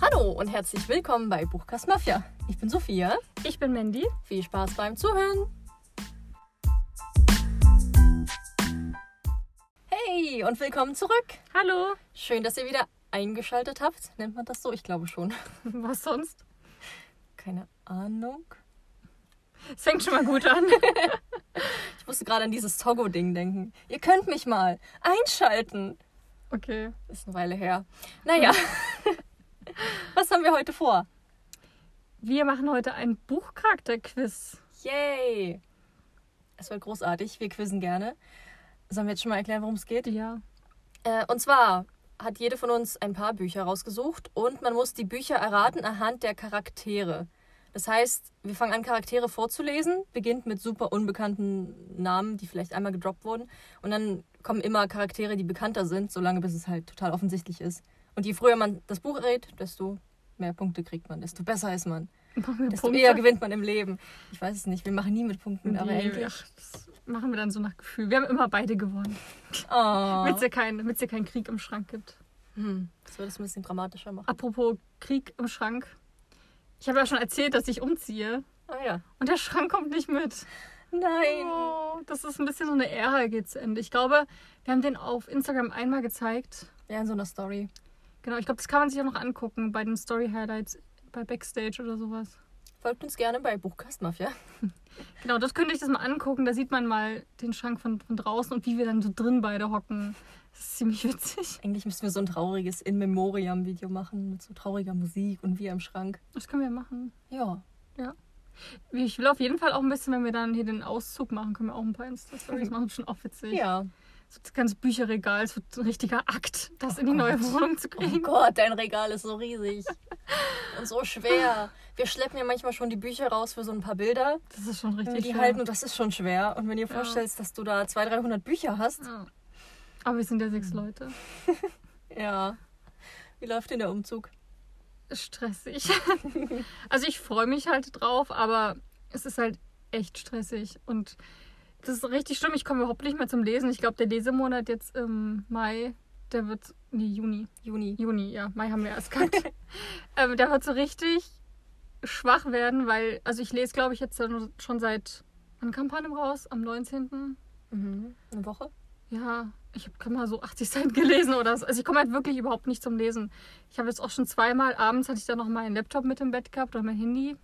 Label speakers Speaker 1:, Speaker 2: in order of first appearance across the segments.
Speaker 1: Hallo und herzlich willkommen bei Buchkast Mafia. Ich bin Sophia.
Speaker 2: Ich bin Mandy.
Speaker 1: Viel Spaß beim Zuhören. Hey und willkommen zurück.
Speaker 2: Hallo.
Speaker 1: Schön, dass ihr wieder eingeschaltet habt. Nennt man das so? Ich glaube schon.
Speaker 2: Was sonst?
Speaker 1: Keine Ahnung.
Speaker 2: Es fängt schon mal gut an.
Speaker 1: Ich musste gerade an dieses Togo-Ding denken. Ihr könnt mich mal einschalten.
Speaker 2: Okay.
Speaker 1: Ist eine Weile her. Naja. Was haben wir heute vor?
Speaker 2: Wir machen heute ein Buchcharakter-Quiz.
Speaker 1: Yay! Es wird großartig. Wir quizzen gerne. Sollen wir jetzt schon mal erklären, worum es geht?
Speaker 2: Ja.
Speaker 1: Äh, und zwar hat jede von uns ein paar Bücher rausgesucht und man muss die Bücher erraten anhand der Charaktere. Das heißt, wir fangen an, Charaktere vorzulesen, beginnt mit super unbekannten Namen, die vielleicht einmal gedroppt wurden. Und dann kommen immer Charaktere, die bekannter sind, solange bis es halt total offensichtlich ist. Und je früher man das Buch errät, desto mehr Punkte kriegt man, desto besser ist man,
Speaker 2: Machen wir
Speaker 1: desto eher gewinnt man im Leben. Ich weiß es nicht, wir machen nie mit Punkten, aber
Speaker 2: Die,
Speaker 1: endlich.
Speaker 2: ach, das machen wir dann so nach Gefühl. Wir haben immer beide gewonnen.
Speaker 1: Oh.
Speaker 2: Damit es ja keinen kein Krieg im Schrank gibt.
Speaker 1: Hm, das wird es ein bisschen dramatischer machen.
Speaker 2: Apropos Krieg im Schrank. Ich habe ja schon erzählt, dass ich umziehe.
Speaker 1: Ah ja.
Speaker 2: Und der Schrank kommt nicht mit.
Speaker 1: Nein.
Speaker 2: Oh, das ist ein bisschen so eine Ära geht zu Ende. Ich glaube, wir haben den auf Instagram einmal gezeigt.
Speaker 1: Ja, in so einer Story.
Speaker 2: Genau, ich glaube, das kann man sich auch noch angucken bei den Story Highlights bei Backstage oder sowas.
Speaker 1: Folgt uns gerne bei Buchkast Mafia.
Speaker 2: Genau, das könnte ich das mal angucken. Da sieht man mal den Schrank von, von draußen und wie wir dann so drin beide hocken. Das ist ziemlich witzig.
Speaker 1: Eigentlich müssen wir so ein trauriges In Memoriam Video machen mit so trauriger Musik und wir im Schrank.
Speaker 2: Das können wir machen.
Speaker 1: Ja.
Speaker 2: Ich will auf jeden Fall auch ein bisschen, wenn wir dann hier den Auszug machen, können wir auch ein paar Insta-Stories machen. Das ist schon auch witzig.
Speaker 1: Mhm. Ja.
Speaker 2: So das ganze Bücherregal, es wird so ein richtiger Akt, das in die
Speaker 1: Oh Gott.
Speaker 2: neue Wohnung zu
Speaker 1: Oh
Speaker 2: kriegen.
Speaker 1: Gott, dein Regal ist so riesig und so schwer. Wir schleppen ja manchmal schon die Bücher raus für so ein paar Bilder,
Speaker 2: Das ist schon
Speaker 1: wenn
Speaker 2: richtig
Speaker 1: wir die
Speaker 2: schön.
Speaker 1: halten und das ist schon schwer. Und wenn ihr
Speaker 2: Ja.
Speaker 1: vorstellst, dass du da 200, 300 Bücher hast,
Speaker 2: Ja. Aber wir sind ja
Speaker 1: Mhm.
Speaker 2: sechs Leute.
Speaker 1: ja. Wie läuft denn der Umzug?
Speaker 2: stressig. also ich freue mich halt drauf, aber es ist halt echt stressig und das ist richtig schlimm. Ich komme überhaupt nicht mehr zum Lesen. Ich glaube, der Lesemonat jetzt im Mai, der wird, nee, Juni,
Speaker 1: Juni.
Speaker 2: Juni, ja, Mai haben wir erst gehabt. ähm, der wird so richtig schwach werden, weil, also ich lese, glaube ich, jetzt dann schon seit, wann kam Panem raus? Am 19.
Speaker 1: Mhm. Eine Woche?
Speaker 2: Ja, ich habe mal so 80 Seiten gelesen oder so. Also ich komme halt wirklich überhaupt nicht zum Lesen. Ich habe jetzt auch schon zweimal abends hatte ich dann noch meinen Laptop mit im Bett gehabt oder mein Handy.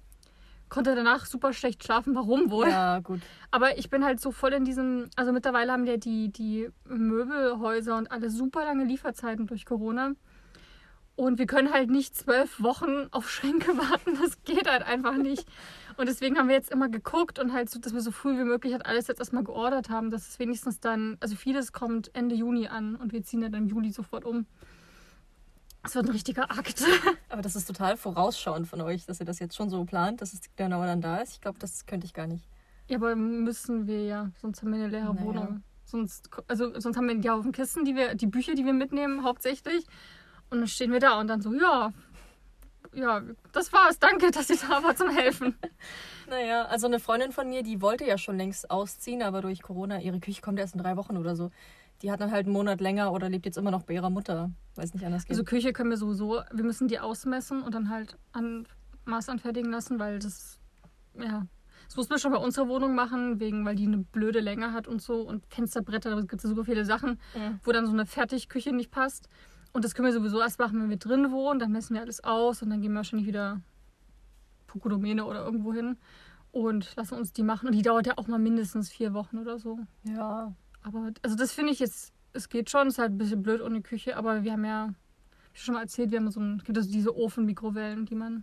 Speaker 2: Konnte danach super schlecht schlafen. Warum wohl?
Speaker 1: Ja, gut.
Speaker 2: Aber ich bin halt so voll in diesem. Also mittlerweile haben ja die, die Möbelhäuser und alle super lange Lieferzeiten durch Corona. Und wir können halt nicht zwölf Wochen auf Schränke warten. Das geht halt einfach nicht. Und deswegen haben wir jetzt immer geguckt und halt so, dass wir so früh wie möglich halt alles jetzt erstmal geordert haben, dass es wenigstens dann, also vieles kommt Ende Juni an und wir ziehen dann im Juli sofort um. Es wird ein richtiger Akt.
Speaker 1: Aber das ist total vorausschauend von euch, dass ihr das jetzt schon so plant, dass es genau dann da ist. Ich glaube, das könnte ich gar nicht.
Speaker 2: Ja, aber müssen wir ja, sonst haben wir eine leere
Speaker 1: Naja.
Speaker 2: Wohnung. Sonst, ko- also, sonst haben wir ja auf dem Kissen, die wir, die Bücher, die wir mitnehmen, hauptsächlich. Und dann stehen wir da und dann so, ja, ja, das war's. Danke, dass ihr da wart zum Helfen.
Speaker 1: Naja, also eine Freundin von mir, die wollte ja schon längst ausziehen, aber durch Corona, ihre Küche kommt erst in drei Wochen oder so. Die hat dann halt einen Monat länger oder lebt jetzt immer noch bei ihrer Mutter, weil es nicht anders geht.
Speaker 2: Also Küche können wir sowieso, wir müssen die ausmessen und dann halt an Maß anfertigen lassen, weil das, ja, das mussten wir schon bei unserer Wohnung machen, wegen, weil die eine blöde Länge hat und so und Fensterbretter, da gibt es super viele Sachen,
Speaker 1: Mhm.
Speaker 2: wo dann so eine Fertigküche nicht passt. Und das können wir sowieso erst machen, wenn wir drin wohnen, dann messen wir alles aus und dann gehen wir wahrscheinlich wieder Pokodomene oder irgendwo hin und lassen uns die machen. Und die dauert ja auch mal mindestens vier Wochen oder so.
Speaker 1: ja,
Speaker 2: Aber also das finde ich jetzt, es geht schon, ist halt ein bisschen blöd ohne Küche, aber wir haben ja hab ich schon mal erzählt, wir haben so ein, es gibt also diese Ofen-Mikrowellen, die man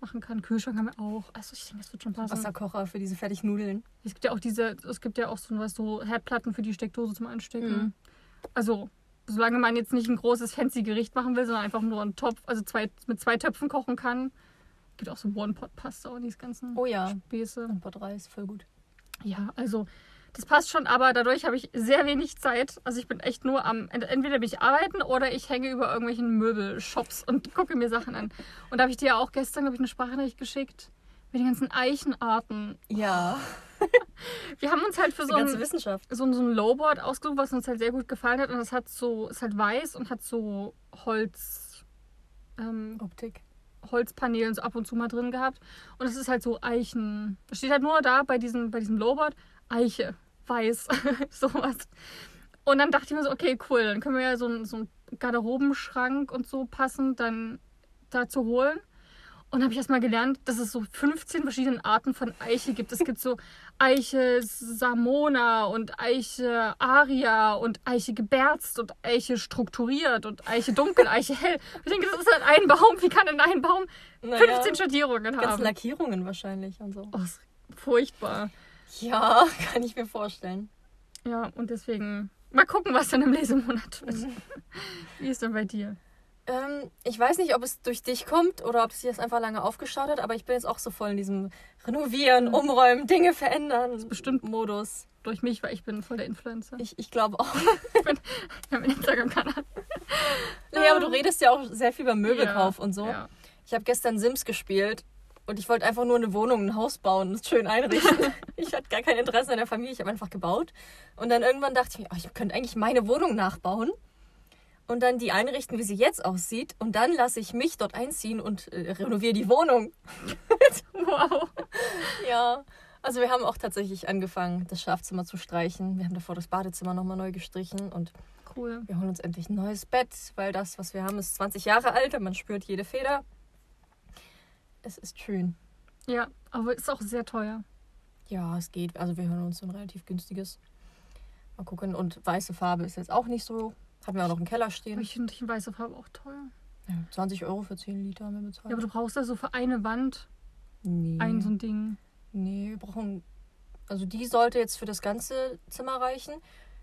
Speaker 2: machen kann. Kühlschrank haben wir auch. Also ich denke, das wird schon passen.
Speaker 1: Wasserkocher für diese Fertignudeln.
Speaker 2: Es gibt ja auch diese, es gibt ja auch so was so Herdplatten für die Steckdose zum Einstecken.
Speaker 1: Mhm.
Speaker 2: Also solange man jetzt nicht ein großes fancy Gericht machen will, sondern einfach nur einen Topf, also zwei, mit zwei Töpfen kochen kann. Gibt auch so One-Pot-Pasta und diese ganzen
Speaker 1: Oh ja.
Speaker 2: Späße.
Speaker 1: Ein paar drei ist voll gut.
Speaker 2: Ja, also das passt schon, aber dadurch habe ich sehr wenig Zeit. Also ich bin echt nur am, ent- entweder bin ich arbeiten oder ich hänge über irgendwelchen Möbelshops und gucke mir Sachen an. Und da habe ich dir ja auch gestern, glaube ich, eine Sprachnachricht geschickt mit den ganzen Eichenarten.
Speaker 1: Ja,
Speaker 2: Wir haben uns halt für
Speaker 1: die
Speaker 2: so
Speaker 1: ganze
Speaker 2: ein,
Speaker 1: Wissenschaft.
Speaker 2: so, ein- so ein Lowboard ausgesucht, was uns halt sehr gut gefallen hat. Und das hat so, ist halt weiß und hat so Holz, ähm,
Speaker 1: Optik.
Speaker 2: Holzpaneelen so ab und zu mal drin gehabt. Und es ist halt so Eichen. Da steht halt nur da bei diesem, bei diesem Lowboard Eiche, weiß, sowas. Und dann dachte ich mir so, okay, cool, dann können wir ja so, einen- so einen Garderobenschrank und so passend dann dazu holen. Und habe ich erst mal gelernt, dass es so 15 verschiedene Arten von Eiche gibt. Es gibt so Eiche Samona und Eiche Aria und Eiche geberzt und Eiche strukturiert und Eiche dunkel, Eiche hell. Ich denke, das ist halt ein Baum. Wie kann denn ein Baum 15 Schattierungen
Speaker 1: Ganzen
Speaker 2: haben?
Speaker 1: Lackierungen wahrscheinlich und so.
Speaker 2: Oh, ist furchtbar.
Speaker 1: Ja, kann ich mir vorstellen.
Speaker 2: Ja, und deswegen mal gucken, was dann im Lesemonat wird.
Speaker 1: Mhm.
Speaker 2: Wie ist denn bei dir?
Speaker 1: Ähm, ich weiß nicht, ob es durch dich kommt oder ob es sich das einfach lange aufgeschaut hat, aber ich bin jetzt auch so voll in diesem Renovieren, Umräumen, Dinge verändern.
Speaker 2: bestimmt-
Speaker 1: Modus.
Speaker 2: Durch mich, weil ich bin voll der Influencer.
Speaker 1: Ich, ich glaube auch.
Speaker 2: Ich habe einen Instagram-Kanal.
Speaker 1: Naja, aber du redest ja auch sehr viel über Möbelkauf
Speaker 2: Ähm. Ja,
Speaker 1: und so.
Speaker 2: Ja.
Speaker 1: Ich habe gestern Sims gespielt und ich wollte einfach nur eine Wohnung, ein Haus bauen und es schön einrichten. ich hatte gar kein Interesse an der Familie, ich habe einfach gebaut. Und dann irgendwann dachte ich mir, oh, ich könnte eigentlich meine Wohnung nachbauen und dann die einrichten, wie sie jetzt aussieht. Und dann lasse ich mich dort einziehen und äh, renoviere die Wohnung.
Speaker 2: Wow.
Speaker 1: Ja. Also wir haben auch tatsächlich angefangen, das Schlafzimmer zu streichen. Wir haben davor das Badezimmer nochmal neu gestrichen und
Speaker 2: Cool.
Speaker 1: wir holen uns endlich ein neues Bett, weil das, was wir haben, ist 20 Jahre alt und man spürt jede Feder. Es ist schön.
Speaker 2: Ja, aber ist auch sehr teuer.
Speaker 1: Ja, es geht. Also wir hören uns so ein relativ günstiges. Mal gucken. Und weiße Farbe ist jetzt auch nicht so. Hatten wir auch noch im Keller
Speaker 2: Aber
Speaker 1: stehen.
Speaker 2: ich finde ich weiß auf Farbe auch teuer.
Speaker 1: Ja, 20 Euro für 10 Liter haben wir bezahlt.
Speaker 2: Ja, aber du brauchst ja so für eine Wand
Speaker 1: nee.
Speaker 2: ein so ein Ding.
Speaker 1: nee, wir brauchen. Also die sollte jetzt für das ganze Zimmer reichen.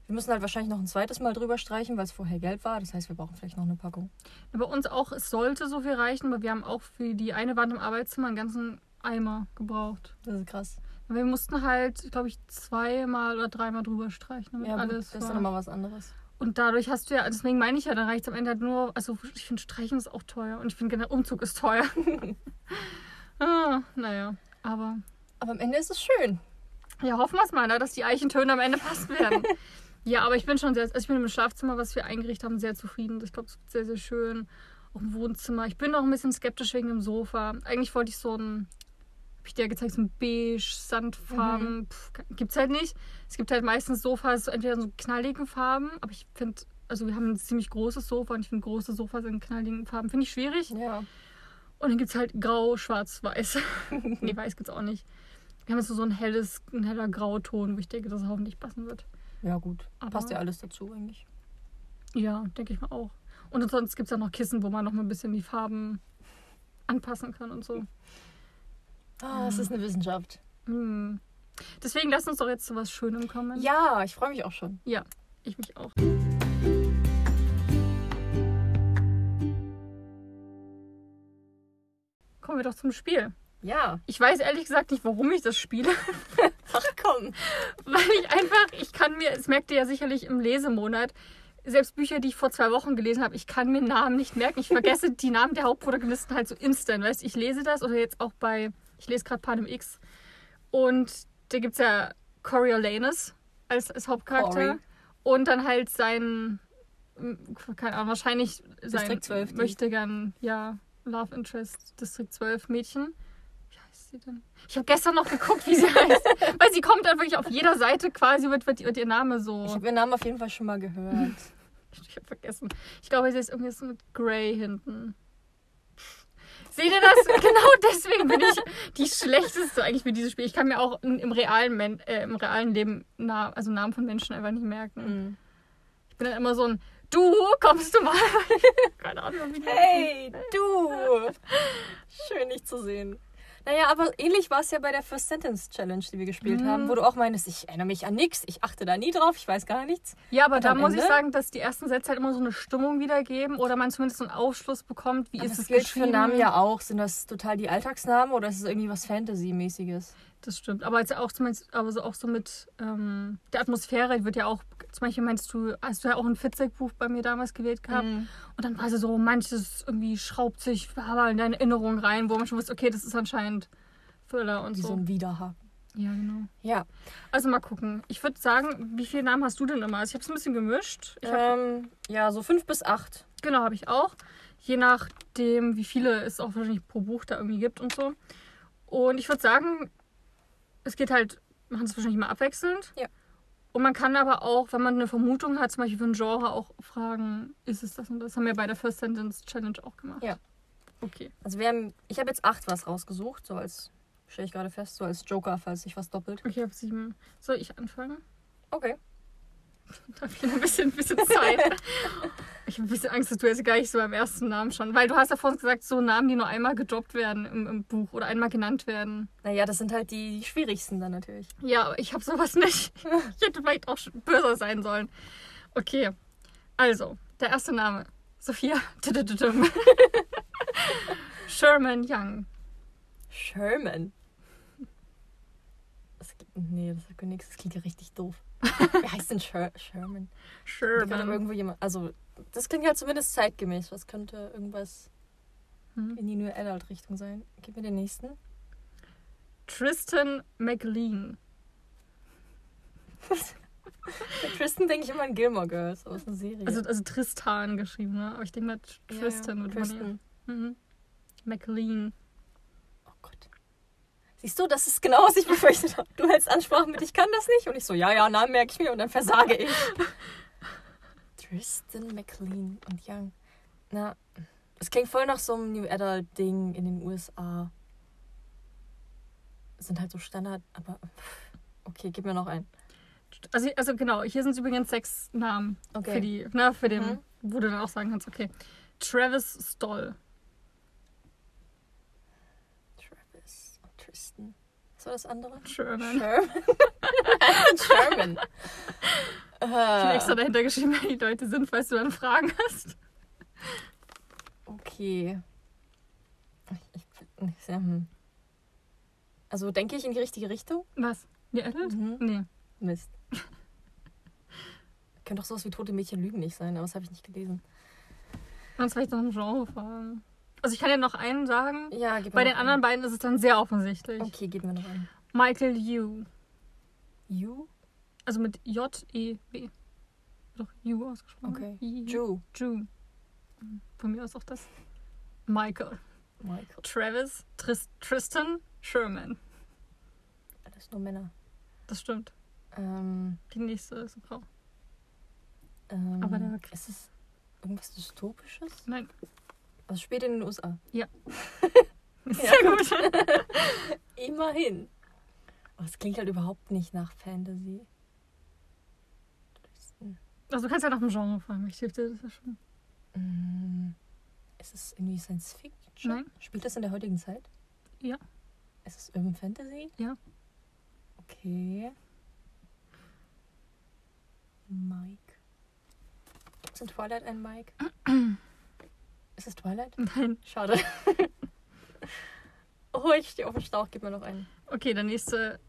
Speaker 1: Wir müssen halt wahrscheinlich noch ein zweites Mal drüber streichen, weil es vorher gelb war. Das heißt, wir brauchen vielleicht noch eine Packung.
Speaker 2: Ja, Bei uns auch, es sollte so viel reichen, aber wir haben auch für die eine Wand im Arbeitszimmer einen ganzen Eimer gebraucht.
Speaker 1: Das ist krass.
Speaker 2: Aber Wir mussten halt, glaube ich, zweimal oder dreimal drüber streichen, damit
Speaker 1: Ja, gut,
Speaker 2: Mhm, alles
Speaker 1: das ist
Speaker 2: war.
Speaker 1: dann nochmal was anderes.
Speaker 2: Und dadurch hast du ja, deswegen meine ich ja, dann reicht es am Ende halt nur, also ich finde Streichen ist auch teuer und ich finde generell Umzug ist teuer. ah, naja, aber
Speaker 1: Aber am Ende ist es schön.
Speaker 2: ja, hoffen wir es mal, ne, dass die Eichentöne am Ende passen werden. ja, aber ich bin schon sehr, also ich bin im Schlafzimmer, was wir eingerichtet haben, sehr zufrieden. Ich glaube, es wird sehr, sehr schön. Auch im Wohnzimmer. Ich bin noch ein bisschen skeptisch wegen dem Sofa. Eigentlich wollte ich so ein, hab ich dir ja gezeigt, so ein beige, Sandfarben. Pff, gibt's halt nicht. Es gibt halt meistens Sofas, so entweder so knalligen Farben, aber ich finde, also wir haben ein ziemlich großes Sofa und ich finde große Sofas in knalligen Farben, finde ich schwierig.
Speaker 1: Ja.
Speaker 2: Und dann gibt es halt grau, schwarz, weiß. nee, weiß gibt's auch nicht. Wir haben jetzt so so ein helles, ein heller Grauton, wo ich denke, dass es hoffentlich passen wird.
Speaker 1: Ja, gut.
Speaker 2: Aber-
Speaker 1: Passt ja alles dazu eigentlich.
Speaker 2: Ja, denke ich mal auch. Und sonst gibt es ja noch Kissen, wo man noch mal ein bisschen die Farben anpassen kann und so.
Speaker 1: Ah, es ist eine Wissenschaft.
Speaker 2: Hm. Deswegen lass uns doch jetzt zu was Schönem kommen.
Speaker 1: Ja, ich freue mich auch schon.
Speaker 2: Ja, ich mich auch. Kommen wir doch zum Spiel.
Speaker 1: Ja.
Speaker 2: Ich weiß ehrlich gesagt nicht, warum ich das spiele.
Speaker 1: Ach komm.
Speaker 2: Weil ich einfach, ich kann mir, es merkt ihr ja sicherlich im Lesemonat, selbst Bücher, die ich vor zwei Wochen gelesen habe, ich kann mir Namen nicht merken. Ich vergesse die Namen der Hauptprotagonisten halt so instant. Weißt du, ich lese das oder jetzt auch bei, ich lese gerade Panem X. Und da gibt es ja Coriolanus als, als Hauptcharakter.
Speaker 1: Cory.
Speaker 2: Und dann halt sein, m, keine Ahnung, wahrscheinlich sein
Speaker 1: Distrikt 12, die-
Speaker 2: möchte gern, ja, Love Interest, Distrikt 12 Mädchen. Wie heißt sie denn? Ich habe gestern noch geguckt, wie sie heißt. Weil sie kommt dann wirklich auf jeder Seite quasi, wird, wird, wird ihr Name so.
Speaker 1: Ich habe ihren Namen auf jeden Fall schon mal gehört.
Speaker 2: Ich hab vergessen. Ich glaube, sie ist irgendwie so mit Grey hinten. Seht ihr das? genau deswegen bin ich die schlechteste eigentlich für dieses Spiel. Ich kann mir auch in- im realen, Men äh, im realen Leben Na also Namen von Menschen einfach nicht merken.
Speaker 1: Mhm.
Speaker 2: Ich bin dann immer so ein Du, kommst du mal? Keine Ahnung, wie die
Speaker 1: Hey, du! Schön, dich zu sehen. Naja, aber ähnlich war es ja bei der First Sentence Challenge, die wir gespielt
Speaker 2: Mhm.
Speaker 1: haben, wo du auch meinst, ich erinnere mich an nichts, ich achte da nie drauf, ich weiß gar nichts.
Speaker 2: Ja, aber
Speaker 1: Und
Speaker 2: da
Speaker 1: am
Speaker 2: muss ich
Speaker 1: Ende?
Speaker 2: sagen, dass die ersten Sätze halt immer so eine Stimmung wiedergeben oder man zumindest so einen Aufschluss bekommt, wie
Speaker 1: Aber
Speaker 2: ist es
Speaker 1: das gilt für
Speaker 2: geschrieben.
Speaker 1: Namen ja auch. Sind das total die Alltagsnamen oder ist es irgendwie was Fantasy-mäßiges?
Speaker 2: Das stimmt. Aber jetzt auch zumindest, aber so auch so mit ähm, der Atmosphäre wird ja auch, zum Beispiel meinst du, hast du ja auch ein Fitzek-Buch bei mir damals gewählt gehabt.
Speaker 1: Mhm.
Speaker 2: Und dann war sie so, manches irgendwie schraubt sich aber in deine Erinnerung rein, wo man schon wusste, okay, das ist anscheinend Thriller und
Speaker 1: Wie
Speaker 2: so.
Speaker 1: so ein Widerhaken.
Speaker 2: Ja, genau.
Speaker 1: Ja,
Speaker 2: Also mal gucken. Ich würde sagen, wie viele Namen hast du denn immer? Also ich habe es ein bisschen gemischt. Ich hab,
Speaker 1: ähm, ja, so fünf bis acht.
Speaker 2: Genau, habe ich auch. Je nachdem, wie viele es auch wahrscheinlich pro Buch da irgendwie gibt und so. Und ich würde sagen, es geht halt, man kann es wahrscheinlich mal abwechselnd.
Speaker 1: Ja.
Speaker 2: Und man kann aber auch, wenn man eine Vermutung hat, zum Beispiel für ein Genre, auch fragen, ist es das und das? Haben wir bei der First Sentence Challenge auch gemacht.
Speaker 1: Ja.
Speaker 2: Okay.
Speaker 1: Also wir haben, ich habe jetzt acht was rausgesucht, so als, stelle ich gerade fest, so als Joker, falls sich was doppelt.
Speaker 2: Okay, auf sieben. Soll ich anfangen?
Speaker 1: Okay.
Speaker 2: Da hab ich noch ein bisschen, ein bisschen Zeit. Ich habe ein bisschen Angst, dass du jetzt gleich so beim ersten Namen schon. Weil du hast ja vorhin gesagt, so Namen, die nur einmal gedroppt werden im, im Buch oder einmal genannt werden.
Speaker 1: Naja, das sind halt die schwierigsten dann natürlich.
Speaker 2: Ja, aber ich habe sowas nicht. Ich hätte vielleicht auch schon böser sein sollen. Okay, also, der erste Name. Sophia. Tütütütüm. Sherman Young.
Speaker 1: Sherman. Das, klingt- nee, das sagt mir nichts. Das klingt ja richtig doof. Wer heißt denn Sher Sherman? Da kann aber
Speaker 2: Sherman.
Speaker 1: irgendwo jemand. Also, das klingt ja zumindest zeitgemäß. Was könnte irgendwas
Speaker 2: Hm.
Speaker 1: in die New Adult-Richtung sein? Gib mir den nächsten.
Speaker 2: Tristan McLean.
Speaker 1: Bei Tristan denke ich immer an Gilmore Girls aus einer Serie.
Speaker 2: Also, also Tristan geschrieben, ne? Aber ich denke mal Tr-
Speaker 1: Ja, ja,
Speaker 2: Tristan. würde man
Speaker 1: Tristan.
Speaker 2: eher- Mhm. McLean.
Speaker 1: Oh Gott. Siehst du, das ist genau, was ich befürchtet habe. Du hältst Ansprachen mit, ich kann das nicht. Und ich so, ja, ja, Namen merke ich mir und dann versage ich. Tristan McLean und Young. Na, es klingt voll nach so einem New Adult-Ding in den USA. Sind halt so Standard, aber pff. okay, gib mir noch einen.
Speaker 2: Also, also genau, hier sind übrigens sechs Namen
Speaker 1: Okay.
Speaker 2: für die, ne, für den,
Speaker 1: Mhm.
Speaker 2: wo du dann auch sagen kannst, okay. Travis Stoll.
Speaker 1: Travis und Tristan. Was war das andere?
Speaker 2: Sherman.
Speaker 1: Sherman. Sherman.
Speaker 2: Ich
Speaker 1: Äh,
Speaker 2: habe extra dahinter geschrieben, wer die Leute sind, falls du dann Fragen hast.
Speaker 1: Okay. Ich, ich, ich, hm. also denke ich in die richtige Richtung?
Speaker 2: Was? Die Adult?
Speaker 1: Mhm.
Speaker 2: Nee.
Speaker 1: Mist. Könnte doch sowas wie tote Mädchen lügen nicht sein, aber das habe ich nicht gelesen.
Speaker 2: Sonst vielleicht noch ein Genre fragen. Also ich kann ja noch einen sagen.
Speaker 1: Ja, gib
Speaker 2: Bei
Speaker 1: mir
Speaker 2: den
Speaker 1: noch
Speaker 2: anderen beiden ist es dann sehr offensichtlich.
Speaker 1: Einen. Okay, gib mir noch einen.
Speaker 2: Michael Yu.
Speaker 1: You?
Speaker 2: Also mit J-E-B. Doch Yu ausgesprochen.
Speaker 1: Okay.
Speaker 2: Ju.
Speaker 1: Jew.
Speaker 2: Ju. Von mir aus auch das. Michael.
Speaker 1: Michael.
Speaker 2: Travis. Tris Tristan. Sherman.
Speaker 1: Alles nur Männer.
Speaker 2: Das stimmt.
Speaker 1: Ähm,
Speaker 2: Die nächste ist eine Frau.
Speaker 1: ähm,
Speaker 2: Aber da-
Speaker 1: ist es irgendwas Dystopisches?
Speaker 2: Nein.
Speaker 1: Also spät in den USA.
Speaker 2: Sehr gut.
Speaker 1: Immerhin. Aber es klingt halt überhaupt nicht nach Fantasy. Tristan.
Speaker 2: Also du kannst ja nach dem Genre fragen. Ich hilf dir das ja schon.
Speaker 1: Mm, Ist es irgendwie Science Fiction?
Speaker 2: Nein.
Speaker 1: Spielt das in der heutigen Zeit?
Speaker 2: Ja.
Speaker 1: Ist es Urban Fantasy?
Speaker 2: Ja.
Speaker 1: Okay. Mike. Ist in Twilight ein Mike? ist es Twilight?
Speaker 2: Nein.
Speaker 1: Schade. oh, ich stehe auf dem Schlauch. Gib mir noch einen.
Speaker 2: Okay, der nächste.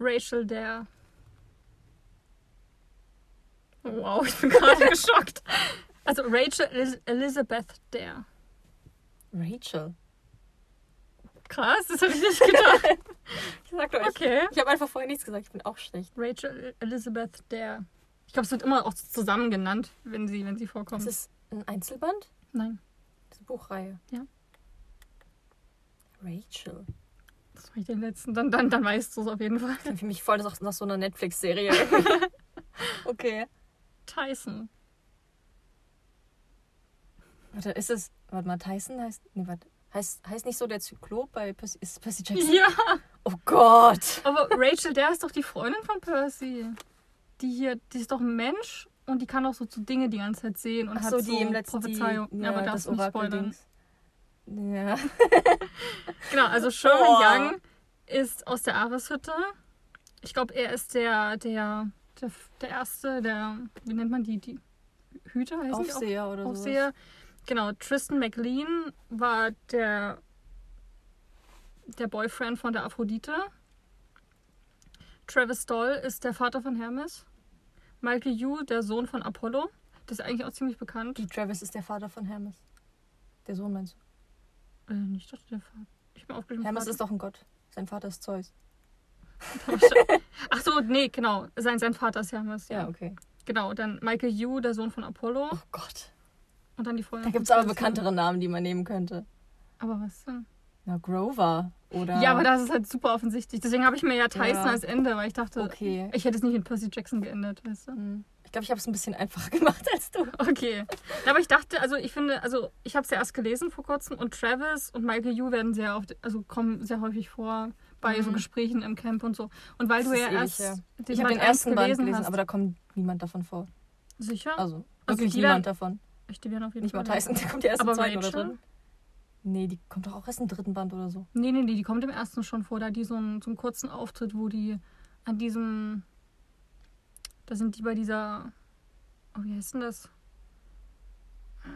Speaker 2: Rachel Dare. Wow, ich bin gerade geschockt. Also Rachel Elis- Elizabeth Dare.
Speaker 1: Rachel.
Speaker 2: Krass, das hätte ich nicht gedacht.
Speaker 1: Ich sag euch.
Speaker 2: Okay.
Speaker 1: Ich habe einfach vorher nichts gesagt. Ich bin auch schlecht.
Speaker 2: Rachel Elizabeth Dare. Ich glaube, es wird immer auch zusammen genannt, wenn sie, wenn sie
Speaker 1: Ist
Speaker 2: vorkommt.
Speaker 1: es ein Einzelband?
Speaker 2: Nein,
Speaker 1: Diese Buchreihe.
Speaker 2: Ja.
Speaker 1: Rachel.
Speaker 2: das war ich den letzten. Dann, dann, dann weißt du es auf jeden Fall.
Speaker 1: Klingt für mich voll nach, nach so einer Netflix-Serie. okay.
Speaker 2: Tyson.
Speaker 1: Warte, ist es. Warte mal, Tyson heißt. Nee, warte. Heißt, heißt nicht so der Zyklop bei Percy, ist es Percy Jackson?
Speaker 2: Ja,
Speaker 1: Oh Gott!
Speaker 2: aber Rachel Dare ist doch die Freundin von Percy. Die hier, die ist doch ein Mensch und die kann auch so zu Dinge die ganze Zeit sehen und
Speaker 1: Ach
Speaker 2: hat
Speaker 1: so,
Speaker 2: so
Speaker 1: die im letzten die,
Speaker 2: Prophezeiung.
Speaker 1: ja,
Speaker 2: aber
Speaker 1: das
Speaker 2: darfst du nicht spoilern.
Speaker 1: Orakel-Dings. Ja.
Speaker 2: Genau, also Sherman
Speaker 1: Boah.
Speaker 2: Young ist aus der Ares-Hütte. Ich glaube, er ist der, der, der, der erste, der, wie nennt man die, die Hüter heißen die
Speaker 1: Aufseher
Speaker 2: auch?
Speaker 1: oder so.
Speaker 2: Aufseher. Genau, Tristan McLean war der, der Boyfriend von der Aphrodite. Travis Doll ist der Vater von Hermes. Michael Yu, der Sohn von Apollo. Das ist eigentlich auch ziemlich bekannt.
Speaker 1: Die Travis ist der Vater von Hermes. Der Sohn meinst du?
Speaker 2: Äh, nicht doch der Vater. Ich bin aufgeschrieben.
Speaker 1: Hermes
Speaker 2: Vater.
Speaker 1: ist doch ein Gott. Sein Vater ist Zeus.
Speaker 2: Ach so, nee, genau. Sein, sein Vater ist Hermes.
Speaker 1: Ja, okay.
Speaker 2: Genau, dann Michael Yu, der Sohn von Apollo.
Speaker 1: Oh Gott.
Speaker 2: Und dann die Folge.
Speaker 1: Da gibt es aber bekanntere Namen, die man nehmen könnte.
Speaker 2: Aber was denn?
Speaker 1: Na, Grover oder.
Speaker 2: Ja, aber das ist halt super offensichtlich. Deswegen habe ich mir ja Tyson
Speaker 1: Ja.
Speaker 2: als Ende, weil ich dachte,
Speaker 1: Okay.
Speaker 2: ich hätte es nicht in Percy Jackson geändert, weißt du?
Speaker 1: Hm. Ich glaube, ich habe es ein bisschen einfacher gemacht als du.
Speaker 2: Okay. Na, Aber ich dachte, also ich finde, also ich habe es ja erst gelesen vor kurzem und Travis und Michael Yu werden sehr oft, also kommen sehr häufig vor bei so
Speaker 1: Mhm.
Speaker 2: Gesprächen im Camp und so. Und weil
Speaker 1: Das
Speaker 2: du
Speaker 1: ist
Speaker 2: ja
Speaker 1: ähnlich,
Speaker 2: erst
Speaker 1: ja.
Speaker 2: den
Speaker 1: Ich habe
Speaker 2: Band
Speaker 1: den
Speaker 2: erst
Speaker 1: ersten Band gelesen,
Speaker 2: hast.
Speaker 1: aber da kommt niemand davon vor.
Speaker 2: Sicher?
Speaker 1: Also,
Speaker 2: Also
Speaker 1: wirklich
Speaker 2: die
Speaker 1: niemand davon.
Speaker 2: ich die werden auf jeden
Speaker 1: Nicht mal
Speaker 2: Fall.
Speaker 1: Tyson, der kommt ja erst im
Speaker 2: Aber
Speaker 1: zweiten oder
Speaker 2: Rachel?
Speaker 1: dritten. Nee, die kommt doch auch erst im dritten Band oder so.
Speaker 2: Nee, nee, nee, die kommt im ersten schon vor, da hat die so einen, so einen kurzen Auftritt, wo die an diesem. Da sind die bei dieser. Oh, wie heißt denn das? Äh,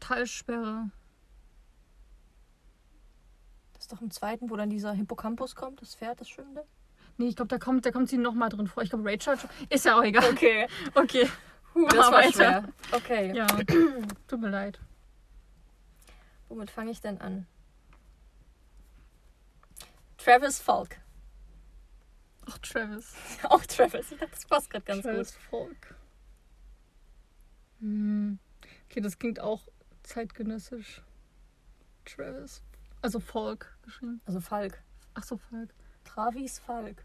Speaker 2: Talsperre.
Speaker 1: Das ist doch im zweiten, wo dann dieser Hippocampus kommt, das Pferd, das Schwimmende.
Speaker 2: Nee, ich glaube, da kommt, da kommt sie nochmal drin vor. Ich glaube, Rachel. hat schon- Ist ja auch egal.
Speaker 1: Okay,
Speaker 2: Okay.
Speaker 1: das
Speaker 2: Mach
Speaker 1: war
Speaker 2: weiter.
Speaker 1: schwer. Okay,
Speaker 2: Ja. Tut mir leid.
Speaker 1: womit fange ich denn an? Travis Falk.
Speaker 2: Ach, Travis.
Speaker 1: auch Travis, ich dachte, das passt gerade ganz
Speaker 2: Travis Folk. Hm. Okay, das klingt auch zeitgenössisch. Travis. Also Folk geschrieben.
Speaker 1: gut. Also Falk.
Speaker 2: Ach so, Folk.
Speaker 1: Travis Falk.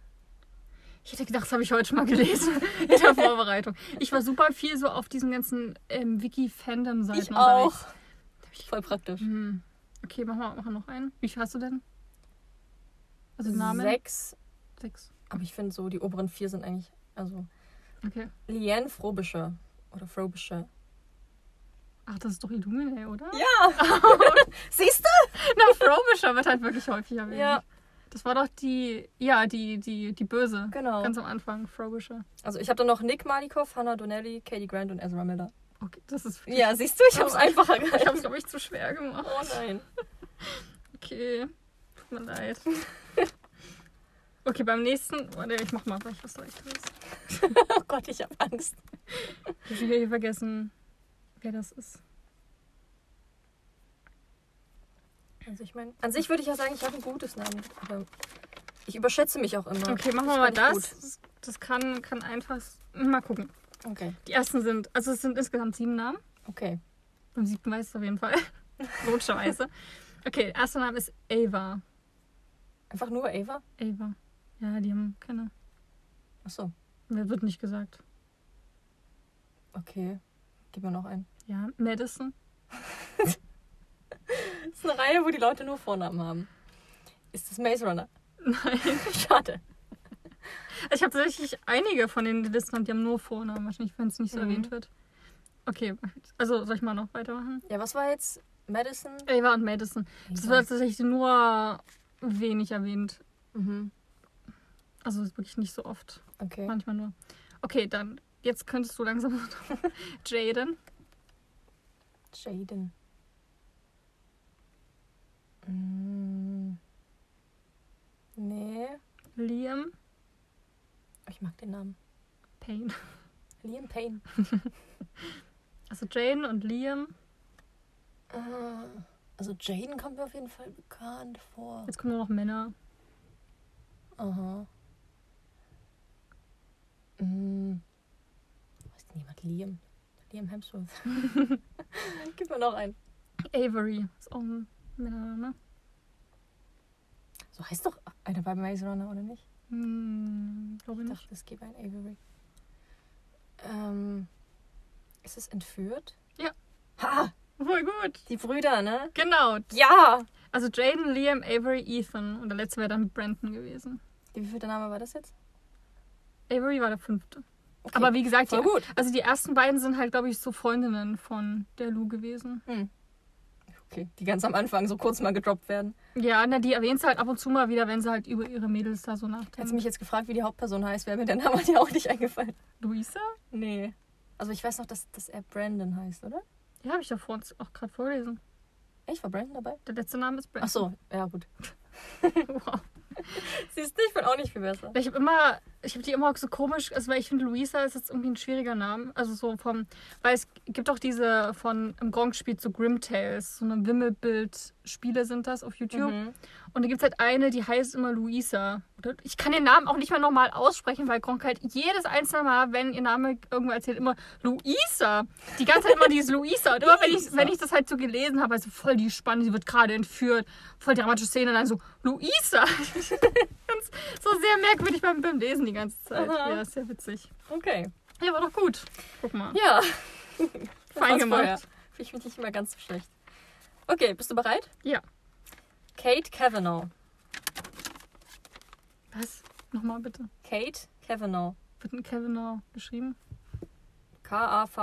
Speaker 2: Ich hätte gedacht, das habe ich heute schon mal gelesen in der Vorbereitung. Ich war super viel so auf diesen ganzen ähm, Wiki-Fandom-Seiten
Speaker 1: Ich auch.
Speaker 2: ich-
Speaker 1: Voll praktisch.
Speaker 2: Hm. Okay, mach mal, mach mal noch einen. Wie viel hast du denn? Also Namen?
Speaker 1: Sechs.
Speaker 2: Sechs.
Speaker 1: Aber ich finde so, die oberen vier sind eigentlich. Also.
Speaker 2: Okay.
Speaker 1: Liane Frobisher. Oder Frobisher.
Speaker 2: Ach, das ist doch Illumine, oder?
Speaker 1: Ja. Siehst
Speaker 2: Na, Frobisher wird halt wirklich häufig
Speaker 1: du?
Speaker 2: erwähnt. Das war doch die, ja, die, die, die Böse.
Speaker 1: Genau.
Speaker 2: Ganz am Anfang, Frobisher.
Speaker 1: Also ich habe dann noch Nick Malikoff, Hannah Donnelly, Katie Grant und Ezra Miller.
Speaker 2: Okay, das ist wirklich,
Speaker 1: Ja, siehst du, ich habe es
Speaker 2: Oh.
Speaker 1: einfacher
Speaker 2: ich habe
Speaker 1: gehalten.
Speaker 2: es, glaube ich, zu schwer gemacht.
Speaker 1: Oh nein.
Speaker 2: Okay, tut mir leid. Okay, beim nächsten, warte, ich mach mal was Leichteres.
Speaker 1: Oh Gott, ich habe Angst.
Speaker 2: Ich will hier vergessen, wer das ist.
Speaker 1: Also ich meine, an sich würde ich ja sagen, ich habe ein gutes Namen. Aber ich überschätze mich auch immer.
Speaker 2: Okay, machen
Speaker 1: Das
Speaker 2: wir mal
Speaker 1: fand ich
Speaker 2: das. Das- Das kann, kann einfach, mal gucken.
Speaker 1: gut. Okay.
Speaker 2: Die ersten sind, also es sind insgesamt sieben Namen.
Speaker 1: Okay.
Speaker 2: Beim siebten weiß ich es auf jeden Fall. Logischerweise. Okay, erster Name ist Ava.
Speaker 1: Einfach nur Ava?
Speaker 2: Ava. Ja, die haben keine.
Speaker 1: Achso.
Speaker 2: Mehr wird nicht gesagt.
Speaker 1: Okay. Gib mir noch einen.
Speaker 2: Ja, Madison.
Speaker 1: Das ist eine Reihe, wo die Leute nur Vornamen haben. Ist das Maze Runner?
Speaker 2: Nein.
Speaker 1: Schade.
Speaker 2: Ich habe tatsächlich einige von den Listen, die haben nur Vornamen, wahrscheinlich, wenn es nicht so
Speaker 1: Mhm.
Speaker 2: erwähnt wird. Okay, also soll ich mal noch weitermachen?
Speaker 1: Ja, was war jetzt? Madison?
Speaker 2: Ava und Madison. Das wird tatsächlich nur wenig erwähnt.
Speaker 1: Mhm.
Speaker 2: Also ist wirklich nicht so oft.
Speaker 1: Okay.
Speaker 2: Manchmal nur. Okay, dann. Jetzt könntest du langsam. Jaden.
Speaker 1: Jaden. Mm. Nee, Oh,
Speaker 2: Liam.
Speaker 1: ich mag den Namen.
Speaker 2: Payne.
Speaker 1: Liam Payne.
Speaker 2: Also Jaden und Liam.
Speaker 1: Ah, Also Jaden kommt mir auf jeden Fall bekannt vor.
Speaker 2: Jetzt kommen nur noch Männer.
Speaker 1: Aha. Mm. Weiß niemand Liam. Liam Hemsworth. Gib mir noch einen.
Speaker 2: Avery. Ist auch ein ne? Männername.
Speaker 1: So heißt doch einer bei Maze Runner, oder nicht?
Speaker 2: Hm, glaube
Speaker 1: Ich
Speaker 2: ich
Speaker 1: dachte,
Speaker 2: nicht.
Speaker 1: es gäbe einen Avery. Ähm, ist es entführt?
Speaker 2: Ja.
Speaker 1: Ha!
Speaker 2: Voll gut.
Speaker 1: Die Brüder, ne?
Speaker 2: Genau.
Speaker 1: Ja!
Speaker 2: Also Jaden, Liam, Avery, Ethan. Und der letzte wäre dann Brandon gewesen.
Speaker 1: Wie viel Name war das jetzt?
Speaker 2: Avery war der fünfte.
Speaker 1: Okay.
Speaker 2: Aber wie gesagt, die,
Speaker 1: voll gut.
Speaker 2: also die ersten beiden sind halt, glaube ich, so Freundinnen von der Lou gewesen.
Speaker 1: Okay, die ganz am Anfang so kurz mal gedroppt werden.
Speaker 2: Ja, na, die erwähnt sie halt ab und zu mal wieder, wenn sie halt über ihre Mädels da so
Speaker 1: Hättest
Speaker 2: nachdenken.
Speaker 1: du mich jetzt gefragt, wie die Hauptperson heißt, wäre mir der Name ja auch nicht eingefallen.
Speaker 2: Luisa?
Speaker 1: Nee. Also ich weiß noch, dass, dass er Brandon heißt, oder?
Speaker 2: Ja, habe ich da vor uns auch gerade vorgelesen.
Speaker 1: Echt? War Brandon dabei?
Speaker 2: Der letzte Name ist
Speaker 1: Ach
Speaker 2: Brandon.
Speaker 1: so, ja gut.
Speaker 2: Wow.
Speaker 1: Siehst du, ich bin auch nicht viel besser.
Speaker 2: Ich habe immer ich habe die immer auch so komisch, also weil ich finde, Luisa ist jetzt irgendwie ein schwieriger Name. Also so vom, weil es gibt auch diese von im Gronk spielt so Grim Tales, so eine Wimmelbild-Spiele sind das auf YouTube.
Speaker 1: Mhm.
Speaker 2: Und da gibt es halt eine, die heißt immer Luisa. Oder- Ich kann den Namen auch nicht mal normal aussprechen, weil Gronk halt jedes einzelne Mal, wenn ihr Name irgendwo erzählt, immer Luisa. Die ganze Zeit immer dieses Luisa. Und immer wenn ich, wenn ich das halt so gelesen habe, also voll die Spannung, sie wird gerade entführt, voll dramatische Szene, und dann so Luisa. Ganz, so sehr merkwürdig beim, beim Lesen die ganze Zeit.
Speaker 1: Aha.
Speaker 2: Ja, ist sehr witzig.
Speaker 1: Okay.
Speaker 2: Ja, war doch gut. Guck mal.
Speaker 1: Ja.
Speaker 2: Fein
Speaker 1: Fein
Speaker 2: gemacht.
Speaker 1: Ich finde nicht immer ganz so schlecht. Okay, bist du bereit?
Speaker 2: Ja.
Speaker 1: Kate Kavanaugh.
Speaker 2: Was? Nochmal bitte.
Speaker 1: Kate Kavanaugh.
Speaker 2: Wird ein Kavanaugh geschrieben?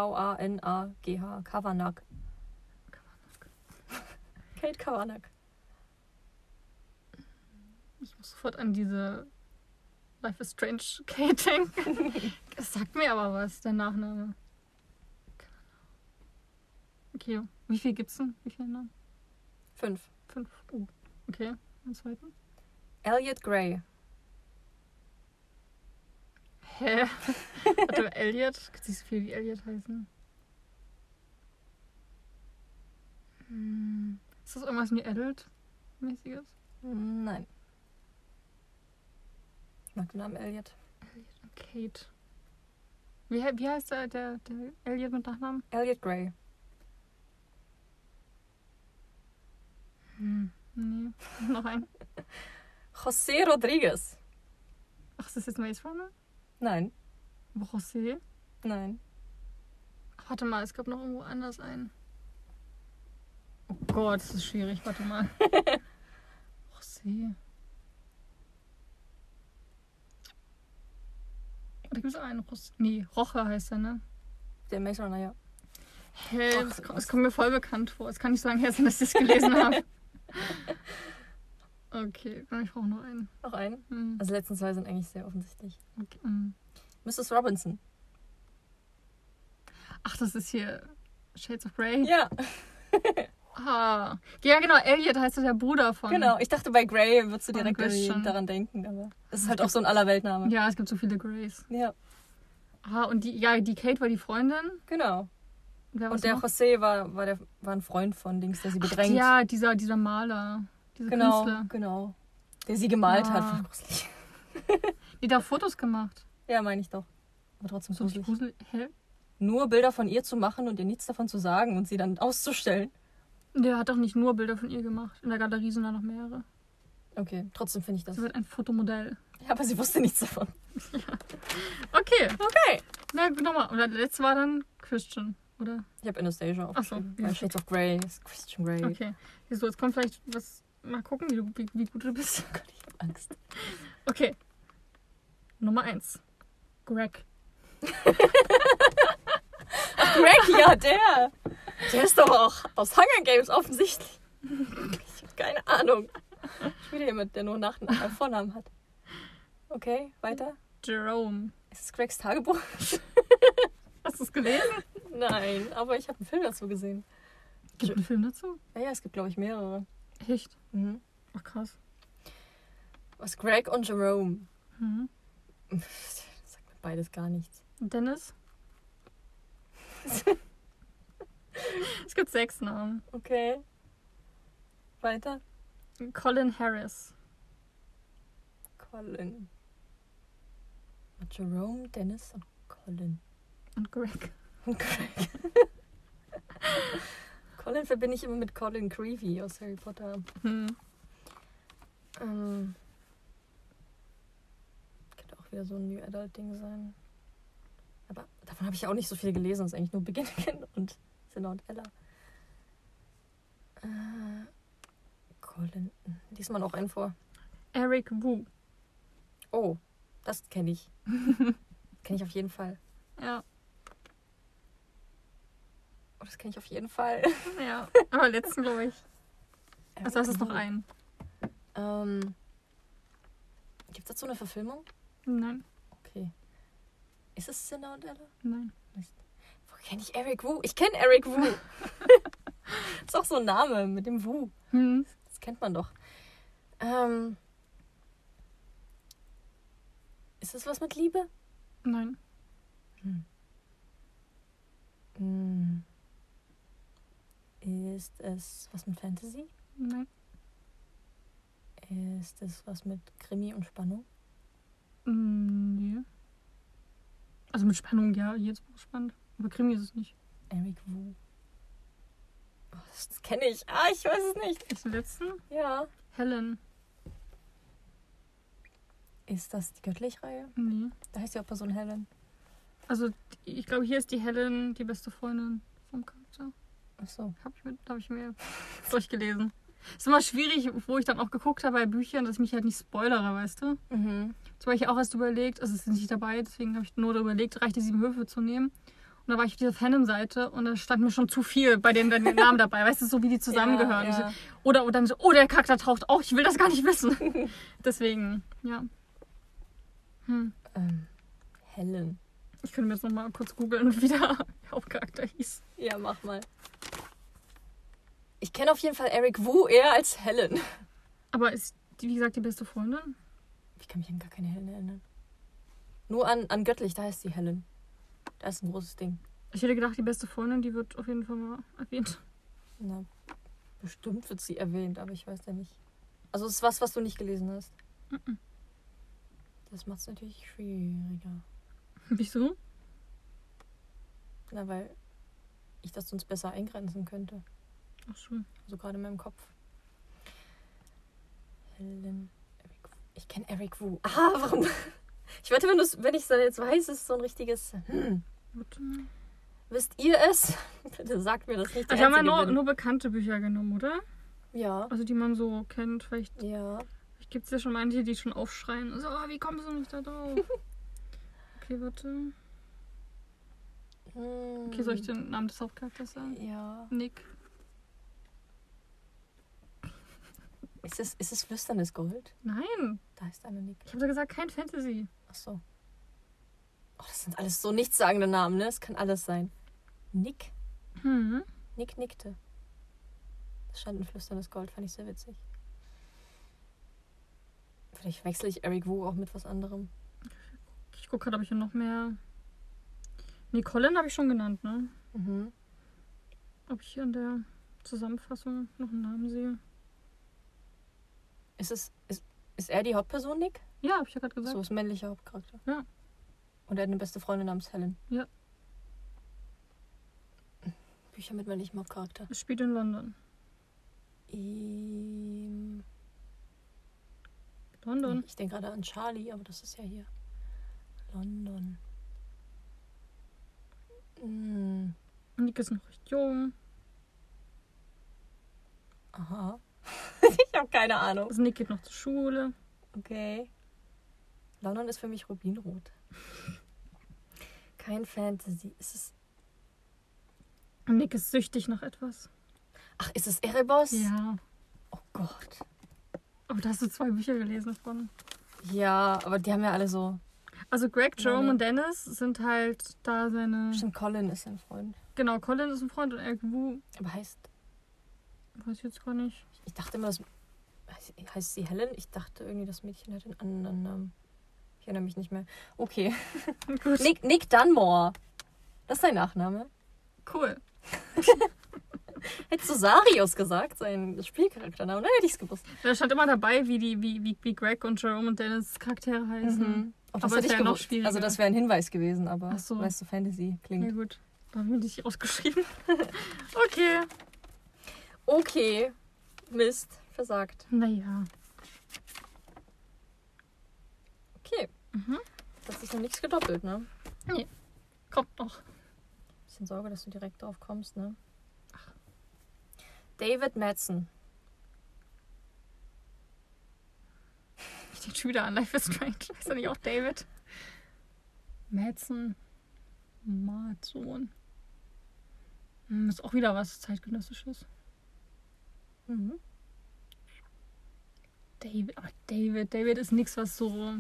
Speaker 1: K-A-V-A-N-A-G-H. Kavanaugh. Kate Kavanaugh.
Speaker 2: Ich muss sofort an diese Life is Strange Kate denken. Das sagt mir aber was, der Nachname. Okay, wie viel gibt's denn? Wie viele Namen?
Speaker 1: Fünf.
Speaker 2: Fünf. Oh, okay. Den zweiten?
Speaker 1: Elliot Gray.
Speaker 2: Hä? Warte, Elliot? Kannst nicht so viel wie Elliot heißen? Hm. Ist das irgendwas New Adult-mäßiges?
Speaker 1: Nein. Ich mag den Namen Elliot.
Speaker 2: Kate. Wie, he- wie heißt der, der, der Elliot mit Nachnamen?
Speaker 1: Elliot Gray.
Speaker 2: Hm. Nee, noch ein.
Speaker 1: José Rodriguez.
Speaker 2: Ach, ist das jetzt Maze Runner?
Speaker 1: Nein.
Speaker 2: José?
Speaker 1: Nein.
Speaker 2: Ach, Warte mal, es gab noch irgendwo anders einen. Oh Gott, das ist schwierig. Warte mal. José. Da gibt es einen. Ros nee, Roche heißt er, ne?
Speaker 1: Der Maze Runner, ja.
Speaker 2: Hä,
Speaker 1: Ach,
Speaker 2: das, kommt, das kommt mir voll bekannt vor. Es kann nicht so lange her sein, dass ich das gelesen habe. Okay, ich brauche noch einen.
Speaker 1: Noch einen.
Speaker 2: Hm,
Speaker 1: Also die letzten zwei sind eigentlich sehr offensichtlich.
Speaker 2: okay, hm.
Speaker 1: Mrs. Robinson.
Speaker 2: Ach, das ist hier Shades of Grey.
Speaker 1: Ja,
Speaker 2: Ah. Ja, genau, Elliot heißt ja der Bruder von.
Speaker 1: genau. Ich dachte, bei Grey würdest du
Speaker 2: von
Speaker 1: direkt irgendwie
Speaker 2: Christian.
Speaker 1: daran denken, aber es ist halt auch so ein Allerweltname.
Speaker 2: Ja, es gibt so viele Grays.
Speaker 1: Ja,
Speaker 2: Ah, und die, ja, die Kate war die Freundin.
Speaker 1: genau.
Speaker 2: Wer war's
Speaker 1: Und der
Speaker 2: noch?
Speaker 1: José war, war, der, war ein Freund von Dings, der sie
Speaker 2: Ach,
Speaker 1: bedrängt.
Speaker 2: ja, dieser, dieser Maler. Dieser
Speaker 1: genau,
Speaker 2: Künstler.
Speaker 1: genau. Der sie gemalt hat.
Speaker 2: Ah.
Speaker 1: Voll gruselig.
Speaker 2: Die da Fotos gemacht.
Speaker 1: Ja, meine ich doch. Aber trotzdem
Speaker 2: So
Speaker 1: gruselig.
Speaker 2: gruselig. Hä?
Speaker 1: Nur Bilder von ihr zu machen und ihr nichts davon zu sagen und sie dann auszustellen.
Speaker 2: Der hat doch nicht nur Bilder von ihr gemacht. In der Galerie sind da noch mehrere.
Speaker 1: Okay, trotzdem finde ich das.
Speaker 2: Sie wird ein Fotomodell.
Speaker 1: Ja, aber sie wusste nichts davon.
Speaker 2: Okay.
Speaker 1: Okay.
Speaker 2: Na, nochmal. Und der letzte war dann Christian, oder?
Speaker 1: Ich habe Anastasia
Speaker 2: Ach so,
Speaker 1: aufgeschrieben.
Speaker 2: ja.
Speaker 1: Weil Shades of Grey ist Christian Grey.
Speaker 2: Okay. Ja, So, jetzt kommt vielleicht was. Mal gucken, wie, du, wie, wie gut du bist.
Speaker 1: Oh Gott, ich habe Angst.
Speaker 2: Okay. Nummer eins. Greg.
Speaker 1: Greg, ja, der. Der ist doch auch aus Hunger Games offensichtlich. Ich habe keine Ahnung. Ich will jemand, der nur nach äh, Vornamen hat. Okay, weiter.
Speaker 2: Jerome.
Speaker 1: Ist es Gregs Tagebuch?
Speaker 2: Hast du es gelesen?
Speaker 1: Nein, aber ich habe einen Film dazu gesehen.
Speaker 2: Gibt einen Film dazu?
Speaker 1: Ja, ja, es gibt, glaube ich, mehrere.
Speaker 2: Echt?
Speaker 1: Mhm.
Speaker 2: Ach, krass.
Speaker 1: Was Greg und Jerome.
Speaker 2: Mhm.
Speaker 1: Sagt mir beides gar nichts.
Speaker 2: Dennis? es gibt sechs Namen.
Speaker 1: Okay. Weiter.
Speaker 2: Colin Harris.
Speaker 1: Colin. Jerome, Dennis und Colin.
Speaker 2: Und Greg.
Speaker 1: Und Greg. Colin verbinde ich immer mit Colin Creevy aus Harry Potter.
Speaker 2: Hm.
Speaker 1: Ähm, könnte auch wieder so ein New Adult-Ding sein. Aber davon habe ich auch nicht so viel gelesen. Es ist eigentlich nur Begin Again und Sinna und Ella. Äh, Colin. Diesmal noch einen vor.
Speaker 2: Eric Wu.
Speaker 1: Oh, das kenne ich. kenne ich auf jeden Fall.
Speaker 2: Ja.
Speaker 1: Oh, das kenne ich auf jeden Fall.
Speaker 2: Ja. Aber letzten, glaube ich. Also, das ist noch einen.
Speaker 1: Ähm, Gibt es dazu eine Verfilmung?
Speaker 2: Nein.
Speaker 1: Okay. Ist es Sinna und Ella?
Speaker 2: Nein.
Speaker 1: Wo kenne ich Eric Wu? Ich kenne Eric Wu. ist auch so ein Name mit dem Wu.
Speaker 2: Hm.
Speaker 1: Das kennt man doch. Ähm, Ist das was mit Liebe?
Speaker 2: Nein.
Speaker 1: Hm. Ist es was mit Fantasy?
Speaker 2: Nein.
Speaker 1: Ist es was mit Krimi und Spannung?
Speaker 2: Mm, nee. Also mit Spannung, ja, jetzt war es spannend. Aber Krimi ist es nicht.
Speaker 1: Eric Wu. Oh, das kenne ich. Ah, ich weiß es nicht.
Speaker 2: Jetzt den letzten?
Speaker 1: Ja.
Speaker 2: Helen.
Speaker 1: Ist das die Göttlich-Reihe?
Speaker 2: Nee.
Speaker 1: Da heißt ja auch Person Helen.
Speaker 2: Also die- ich glaube, hier ist die Helen die beste Freundin vom Charakter.
Speaker 1: Ach so.
Speaker 2: Habe ich, mit- hab ich mir durchgelesen. Ist immer schwierig, wo ich dann auch geguckt habe bei Büchern, dass ich mich halt nicht spoilere, weißt du?
Speaker 1: Mhm.
Speaker 2: Zum Beispiel auch erst überlegt, also es sind nicht dabei, deswegen habe ich nur überlegt, Reich der Sieben Höfe zu nehmen. Und da war ich auf dieser Fandom-Seite und da stand mir schon zu viel bei den, bei den Namen dabei, weißt du, so wie die zusammengehören.
Speaker 1: Ja, ja.
Speaker 2: Oder, oder dann so, oh, der Charakter taucht auch, ich will das gar nicht wissen. deswegen, ja. Hm.
Speaker 1: Ähm, Helen.
Speaker 2: Ich könnte mir jetzt nochmal kurz googeln, wie der Hauptcharakter hieß.
Speaker 1: Ja, mach mal. Ich kenne auf jeden Fall Eric Wu eher als Helen.
Speaker 2: Aber ist, die, wie gesagt, die beste Freundin?
Speaker 1: Ich kann mich an gar keine Helen erinnern. Nur an, an Göttlich, da heißt sie Helen. Das ist ein großes Ding.
Speaker 2: Ich hätte gedacht, die beste Freundin, die wird auf jeden Fall mal erwähnt.
Speaker 1: Na, bestimmt wird sie erwähnt, aber ich weiß ja nicht. Also es ist was, was du nicht gelesen hast. Das macht es natürlich schwieriger.
Speaker 2: Wieso?
Speaker 1: Na, weil ich das sonst besser eingrenzen könnte.
Speaker 2: Ach so.
Speaker 1: Also gerade in meinem Kopf. Helen. Eric Wu. Ich kenne Eric Wu. Ah, warum? Ich wette, wenn, du's- wenn ich es dann jetzt weiß, ist es so ein richtiges.
Speaker 2: Mhm.
Speaker 1: Hm.
Speaker 2: Warte mal. Also,
Speaker 1: Wisst ihr es? Bitte sagt mir das nicht. der
Speaker 2: Ich habe mal
Speaker 1: Einzige
Speaker 2: nur,
Speaker 1: bin.
Speaker 2: nur bekannte Bücher genommen, oder?
Speaker 1: ja.
Speaker 2: Also die man so kennt. Vielleicht
Speaker 1: Ja.
Speaker 2: gibt es ja schon manche, die schon aufschreien. So, ah, wie kommst du nicht da drauf? okay, warte.
Speaker 1: Hm.
Speaker 2: Okay, soll ich den Namen des Hauptcharakters sagen?
Speaker 1: Ja.
Speaker 2: Nick.
Speaker 1: Ist es, ist es flüsterndes Gold?
Speaker 2: Nein,
Speaker 1: Da ist einer Nick.
Speaker 2: ich habe da gesagt, kein Fantasy.
Speaker 1: Ach so. Oh, das sind alles so nichtssagende Namen, ne? Es kann alles sein. Nick.
Speaker 2: Hm.
Speaker 1: Nick nickte. Das stand ein flüsterndes Gold, fand ich sehr witzig. Vielleicht wechsle ich Eric Wu auch mit was anderem.
Speaker 2: Ich gucke gerade, ob ich hier noch mehr. Nee, Colin habe ich schon genannt, ne?
Speaker 1: Mhm.
Speaker 2: Ob ich hier in der Zusammenfassung noch einen Namen sehe.
Speaker 1: Ist, es, ist, ist er die Hauptperson, Nick?
Speaker 2: Ja, habe ich ja gerade gesagt.
Speaker 1: So ist männlicher Hauptcharakter.
Speaker 2: Ja.
Speaker 1: Und er hat eine beste Freundin namens Helen.
Speaker 2: Ja.
Speaker 1: Bücher mit männlichem Hauptcharakter.
Speaker 2: Es spielt in London.
Speaker 1: Ähm,
Speaker 2: London.
Speaker 1: Ich denke gerade an Charlie, aber das ist ja hier. London. Hm,
Speaker 2: Nick ist noch recht jung.
Speaker 1: aha. ich habe keine Ahnung.
Speaker 2: Also Nick geht noch zur Schule.
Speaker 1: Okay. London ist für mich Rubinrot. Kein Fantasy. Ist es.
Speaker 2: Und Nick ist süchtig nach etwas.
Speaker 1: Ach, ist es Erebos?
Speaker 2: Ja.
Speaker 1: Oh Gott.
Speaker 2: Aber Oh, da hast du zwei Bücher gelesen von.
Speaker 1: Ja, aber die haben ja alle so.
Speaker 2: Also Greg,
Speaker 1: Ja,
Speaker 2: Jerome
Speaker 1: nee.
Speaker 2: und Dennis sind halt da seine.
Speaker 1: Stimmt, Colin ist ein Freund.
Speaker 2: Genau, Colin ist ein Freund und Eric Wu.
Speaker 1: Aber heißt.
Speaker 2: Weiß ich jetzt gar nicht.
Speaker 1: Ich dachte immer, das. heißt- Heißt sie Helen? Ich dachte irgendwie, das Mädchen hat einen anderen Namen. Ich erinnere mich nicht mehr. Okay.
Speaker 2: Gut.
Speaker 1: Nick, Nick Dunmore. Das ist sein Nachname.
Speaker 2: Cool.
Speaker 1: Hättest du Sarius gesagt, sein Spielcharaktername, dann hätte ich es gewusst.
Speaker 2: Da stand immer dabei, wie, die, wie, wie, wie Greg und Jerome und Dennis Charaktere heißen.
Speaker 1: Auch Mhm. das
Speaker 2: Aber
Speaker 1: hätte
Speaker 2: es
Speaker 1: ich
Speaker 2: wär noch
Speaker 1: gewusst.
Speaker 2: schwieriger.
Speaker 1: also das wäre ein Hinweis gewesen, aber
Speaker 2: Ach so.
Speaker 1: weißt du, Fantasy
Speaker 2: Ja
Speaker 1: klingt.
Speaker 2: gut, da haben wir dich ausgeschrieben. okay.
Speaker 1: Okay, Mist, versagt.
Speaker 2: Naja.
Speaker 1: Okay.
Speaker 2: Mhm.
Speaker 1: Das ist noch nichts gedoppelt, ne?
Speaker 2: Kommt noch.
Speaker 1: Bisschen Sorge, dass du direkt drauf kommst, ne? David Madsen.
Speaker 2: Ich den Schüler an Life is Strange. Ist er nicht auch David? Madsen. Madson. Hm, Ist auch wieder was zeitgenössisches.
Speaker 1: Mhm.
Speaker 2: David, aber David, David ist nichts, was so.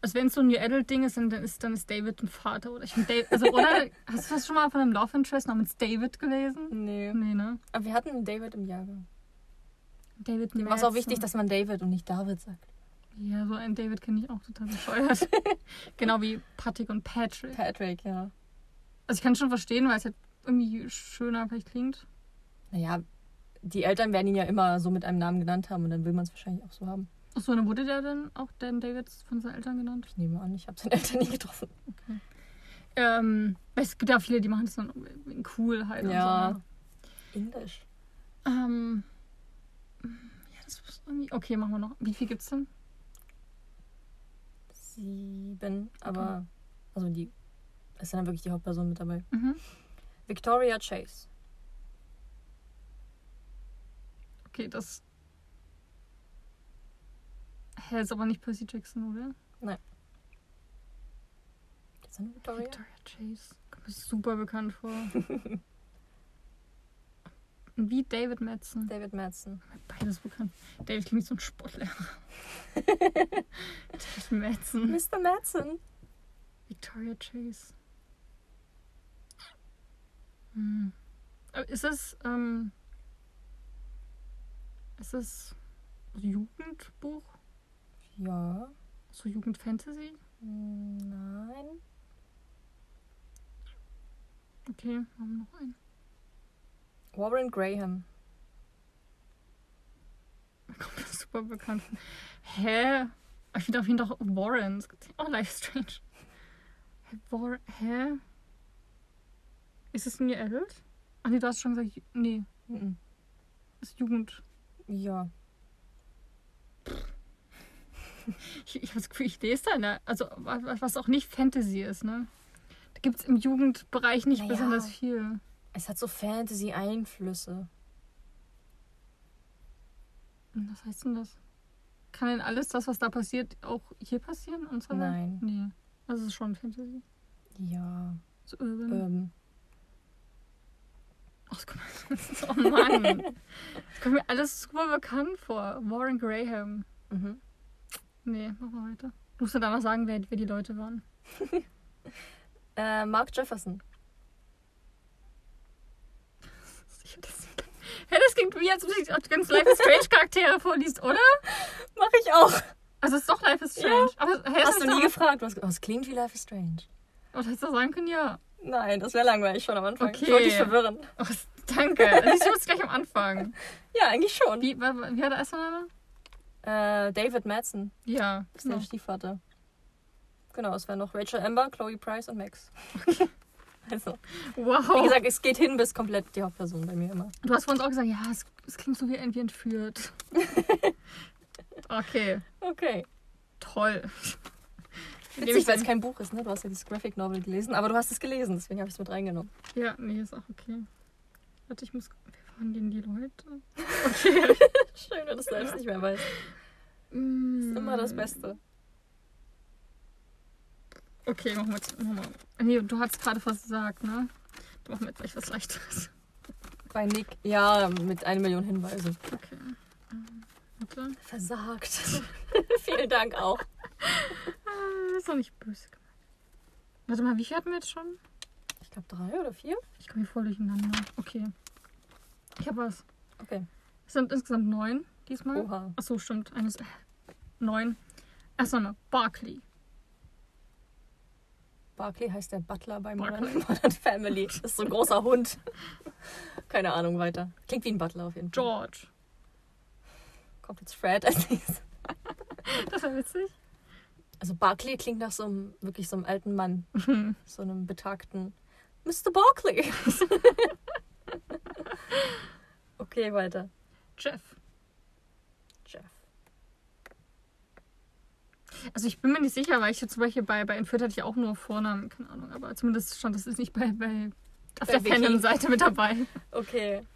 Speaker 2: Also wenn es so ein New Adult Ding ist, dann dann ist, dann ist David ein Vater oder ich bin David. Also oder hast du das schon mal von einem Love Interest namens David gelesen?
Speaker 1: Nee.
Speaker 2: Nee, ne?
Speaker 1: Aber wir hatten einen David im Jahrgang.
Speaker 2: David
Speaker 1: Dem war es auch
Speaker 2: Madsen.
Speaker 1: wichtig, dass man David und nicht David sagt.
Speaker 2: Ja, so einen David kenne ich auch total bescheuert. genau wie Patrick und Patrick.
Speaker 1: Patrick, ja.
Speaker 2: Also ich kann schon verstehen, weil es halt irgendwie schöner vielleicht klingt.
Speaker 1: Naja, die Eltern werden ihn ja immer so mit einem Namen genannt haben und dann will man es wahrscheinlich auch so haben.
Speaker 2: Achso, dann wurde der dann auch Dan David von seinen Eltern genannt?
Speaker 1: Ich nehme an, ich habe seine Eltern nie getroffen.
Speaker 2: Ähm, weil es gibt ja viele, die machen das dann wegen Coolheit
Speaker 1: Ja.
Speaker 2: und so. ne?
Speaker 1: Indisch.
Speaker 2: Ähm, ja, das ist irgendwie... Okay, machen wir noch. Wie viel gibt's denn?
Speaker 1: Sieben, aber also die ist dann wirklich die Hauptperson mit dabei.
Speaker 2: Mhm.
Speaker 1: Victoria Chase.
Speaker 2: Okay, das... Hä, ist aber nicht Percy Jackson, oder?
Speaker 1: Gibt's da eine Victoria?
Speaker 2: Victoria Chase. Kommt mir super bekannt vor. Wie David Madsen.
Speaker 1: David Madsen.
Speaker 2: Beides bekannt. David klingt wie so ein Sportlehrer. David Madsen.
Speaker 1: Mr. Madsen.
Speaker 2: Victoria Chase. Hm. Aber Ist es, ähm, ist es Jugendbuch?
Speaker 1: Ja.
Speaker 2: So Jugendfantasy?
Speaker 1: Hm, Nein.
Speaker 2: Okay, machen wir noch einen.
Speaker 1: Warren Graham.
Speaker 2: Kommt mir super bekannt. vor. Hä? Ich finde auf jeden Fall auch Warren. Das klingt auch live strange. Hä? War Hä? Ist es New Adult? Ach nee, du hast schon gesagt, Ju- nee,
Speaker 1: Mhm.
Speaker 2: ist Jugend.
Speaker 1: Ja.
Speaker 2: Ich, ich habe das Gefühl, ich lese da, ne? Also, wa- wa- was auch nicht Fantasy ist, ne? Da gibt es im Jugendbereich nicht
Speaker 1: Naja.
Speaker 2: besonders viel.
Speaker 1: Es hat so Fantasy-Einflüsse.
Speaker 2: Und Was heißt denn das? Kann denn alles das, was da passiert, auch hier passieren? Und so weiter?
Speaker 1: Nein.
Speaker 2: Nee. Also, es ist schon Fantasy.
Speaker 1: Ja.
Speaker 2: So urban.
Speaker 1: Ähm,
Speaker 2: Ach, guck mal, das ist, oh Mann. Das kommt mir alles super bekannt vor. Warren Graham.
Speaker 1: mhm.
Speaker 2: Nee, machen wir weiter. Du musst mir danach sagen, wer, wer die Leute waren.
Speaker 1: äh, Mark Jefferson.
Speaker 2: Ich hab das, Hä, das klingt wie, als ob ich auch ganz Life is Strange Charaktere vorliest, oder?
Speaker 1: Mach ich auch.
Speaker 2: Also es ist doch Life is Strange. Aber hä,
Speaker 1: Hast
Speaker 2: das
Speaker 1: du nie
Speaker 2: doch-
Speaker 1: gefragt? Was, oh, es klingt wie Life is Strange.
Speaker 2: Oder hättest du auch sagen können, ja.
Speaker 1: Nein, das wäre langweilig schon am Anfang.
Speaker 2: Okay.
Speaker 1: Ich wollte dich verwirren.
Speaker 2: Oh, s- danke. Also ich muss gleich am Anfang.
Speaker 1: Ja, eigentlich schon.
Speaker 2: Wie, wa- wa- wie war der erste Name?
Speaker 1: Äh, David Madsen.
Speaker 2: Ja,
Speaker 1: Das ist
Speaker 2: genau.
Speaker 1: der Stiefvater. Genau, es wären noch Rachel Amber, Chloe Price und Max. Also,
Speaker 2: Wow.
Speaker 1: wie gesagt, es geht hin bis komplett die Hauptperson bei mir immer.
Speaker 2: du hast vor uns auch gesagt, ja, es, es klingt so wie irgendwie entführt. okay,
Speaker 1: Okay.
Speaker 2: toll.
Speaker 1: Witzig, weil es kein Buch ist, ne? Du hast ja dieses Graphic Novel gelesen, aber du hast es gelesen, deswegen habe ich es mit reingenommen.
Speaker 2: Ja, nee, ist auch okay. Warte, ich muss. Wer waren denn die Leute?
Speaker 1: Schön, dass du selbst nicht mehr weißt.
Speaker 2: Mm.
Speaker 1: Ist immer
Speaker 2: Hm.
Speaker 1: das Beste.
Speaker 2: Okay, machen wir jetzt. Machen wir. Nee, du hast gerade was gesagt, ne? Dann machen wir jetzt gleich was Leichteres.
Speaker 1: Bei Nick, ja, mit einer Million Hinweise.
Speaker 2: Okay. Ähm, Warte.
Speaker 1: Versagt. Vielen Dank auch.
Speaker 2: Ah, ist doch nicht böse gemeint. Warte mal, wie viel hatten wir jetzt schon?
Speaker 1: Ich glaube drei oder vier.
Speaker 2: Ich komme hier voll durcheinander. Okay. Ich habe was.
Speaker 1: Okay.
Speaker 2: Es sind insgesamt neun diesmal.
Speaker 1: Oha.
Speaker 2: Achso, stimmt. Eines. Äh, neun. Achso, ne. Barkley.
Speaker 1: Barclay heißt der Butler bei
Speaker 2: Barclay.
Speaker 1: Modern, Modern Family. Das ist so ein großer Hund. Keine Ahnung weiter. Klingt wie ein Butler auf jeden Fall.
Speaker 2: George.
Speaker 1: Kommt jetzt Fred als nächstes.
Speaker 2: Das war witzig.
Speaker 1: Also Barclay klingt nach so einem, wirklich so einem alten Mann. so einem betagten Mr. Barclay. okay, weiter.
Speaker 2: Jeff.
Speaker 1: Jeff.
Speaker 2: Also ich bin mir nicht sicher, weil ich jetzt zum Beispiel bei, bei Entführt hatte ich auch nur Vornamen, keine Ahnung, aber zumindest stand das ist nicht bei, bei auf
Speaker 1: Bei
Speaker 2: der
Speaker 1: Wiki.
Speaker 2: Fandom-Seite mit dabei.
Speaker 1: Okay.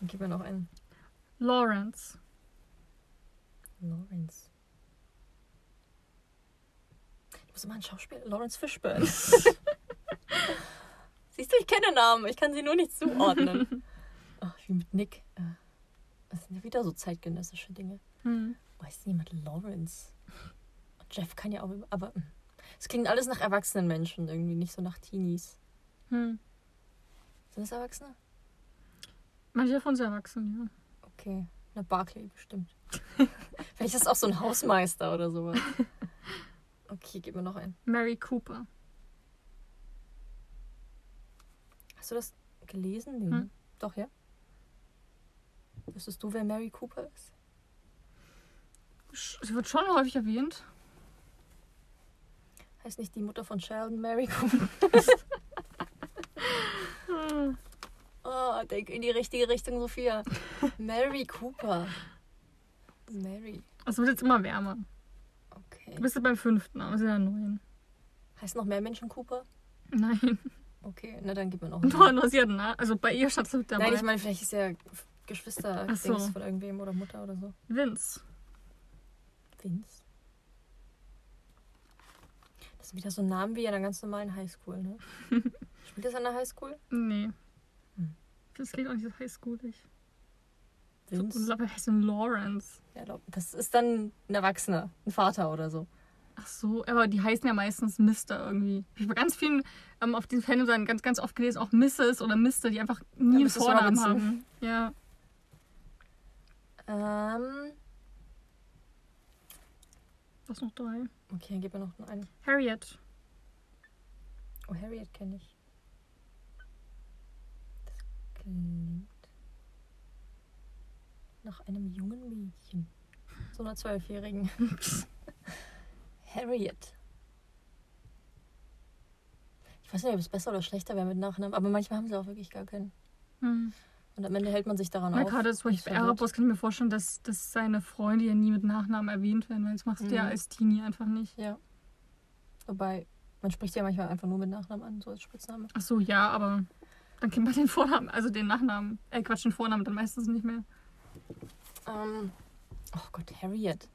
Speaker 1: Dann gib mir noch einen.
Speaker 2: Lawrence.
Speaker 1: Lawrence. Ich muss immer an Schauspieler. Lawrence Fishburne. Siehst du, ich kenne Namen. Ich kann sie nur nicht zuordnen. Ach, wie mit Nick. Äh, Das sind ja wieder so zeitgenössische Dinge.
Speaker 2: Hm.
Speaker 1: Weiß niemand Lawrence. Und Jeff kann ja auch. über- Aber mm. es klingt alles nach erwachsenen Menschen irgendwie, nicht so nach Teenies.
Speaker 2: Hm.
Speaker 1: Sind es Erwachsene?
Speaker 2: Manche davon sind erwachsen, ja.
Speaker 1: Okay. Na, Barclay bestimmt. Vielleicht ist es auch so ein Hausmeister oder sowas. Okay, gib mir noch einen.
Speaker 2: Mary Cooper.
Speaker 1: Hast du das gelesen? Nee. ne?
Speaker 2: Hm.
Speaker 1: Doch, ja. Wüsstest du, wer Mary Cooper ist?
Speaker 2: Sch- Sie wird schon häufig erwähnt.
Speaker 1: Heißt nicht die Mutter von Sheldon Mary Cooper? oh, denk in die richtige Richtung, Sophia. Mary Cooper. Mary.
Speaker 2: Es wird jetzt immer wärmer.
Speaker 1: Okay.
Speaker 2: Du bist jetzt beim fünften, aber es sind ja neun.
Speaker 1: Heißt noch mehr Menschen Cooper?
Speaker 2: Nein.
Speaker 1: Okay, na dann gib mir noch einen.
Speaker 2: Boah, das ist ja nah. Also bei ihr stand es mit dabei.
Speaker 1: Nein, ich meine, vielleicht ist ja Geschwister
Speaker 2: Ach so.
Speaker 1: von irgendwem oder Mutter oder so.
Speaker 2: Vince.
Speaker 1: Vince. Das sind wieder so Namen wie in einer ganz normalen Highschool, ne? Spielt das an der Highschool?
Speaker 2: Nee.
Speaker 1: Hm.
Speaker 2: Das klingt auch nicht so heißgutig. So unglaublich heißt denn Lawrence.
Speaker 1: Ja, glaub- das ist dann ein Erwachsener, ein Vater oder so.
Speaker 2: Ach so, aber die heißen ja meistens Mister irgendwie. Ich habe bei ganz vielen ähm, auf diesen Fanseiten ganz, ganz oft gelesen, auch Mrs. oder Mister, die einfach nie einen
Speaker 1: Mrs.
Speaker 2: Vornamen
Speaker 1: Robinson.
Speaker 2: haben. Ja.
Speaker 1: Ähm,
Speaker 2: Was noch drei?
Speaker 1: okay, dann gib mir noch einen.
Speaker 2: Harriet.
Speaker 1: Oh, Harriet kenne ich. Das klingt nach einem jungen Mädchen. So einer Zwölfjährigen. Harriet. Ich weiß nicht, ob es besser oder schlechter wäre mit Nachnamen, aber manchmal haben sie auch wirklich gar keinen.
Speaker 2: Hm.
Speaker 1: Und am Ende hält man sich daran
Speaker 2: Na,
Speaker 1: auf.
Speaker 2: gerade zum
Speaker 1: Nicht
Speaker 2: Beispiel bei
Speaker 1: verwirrt.
Speaker 2: Erebus kann ich mir vorstellen, dass, dass seine Freunde ja nie mit Nachnamen erwähnt werden, weil das machst du ja
Speaker 1: Mhm.
Speaker 2: als Teenie einfach nicht.
Speaker 1: Ja. Wobei, man spricht ja manchmal einfach nur mit Nachnamen an, so als Spitzname.
Speaker 2: Ach so, ja, aber dann kennt man den Vornamen, also den Nachnamen. Äh, Quatsch, den Vornamen dann meistens nicht mehr.
Speaker 1: Ähm, oh Gott, Harriet. Hab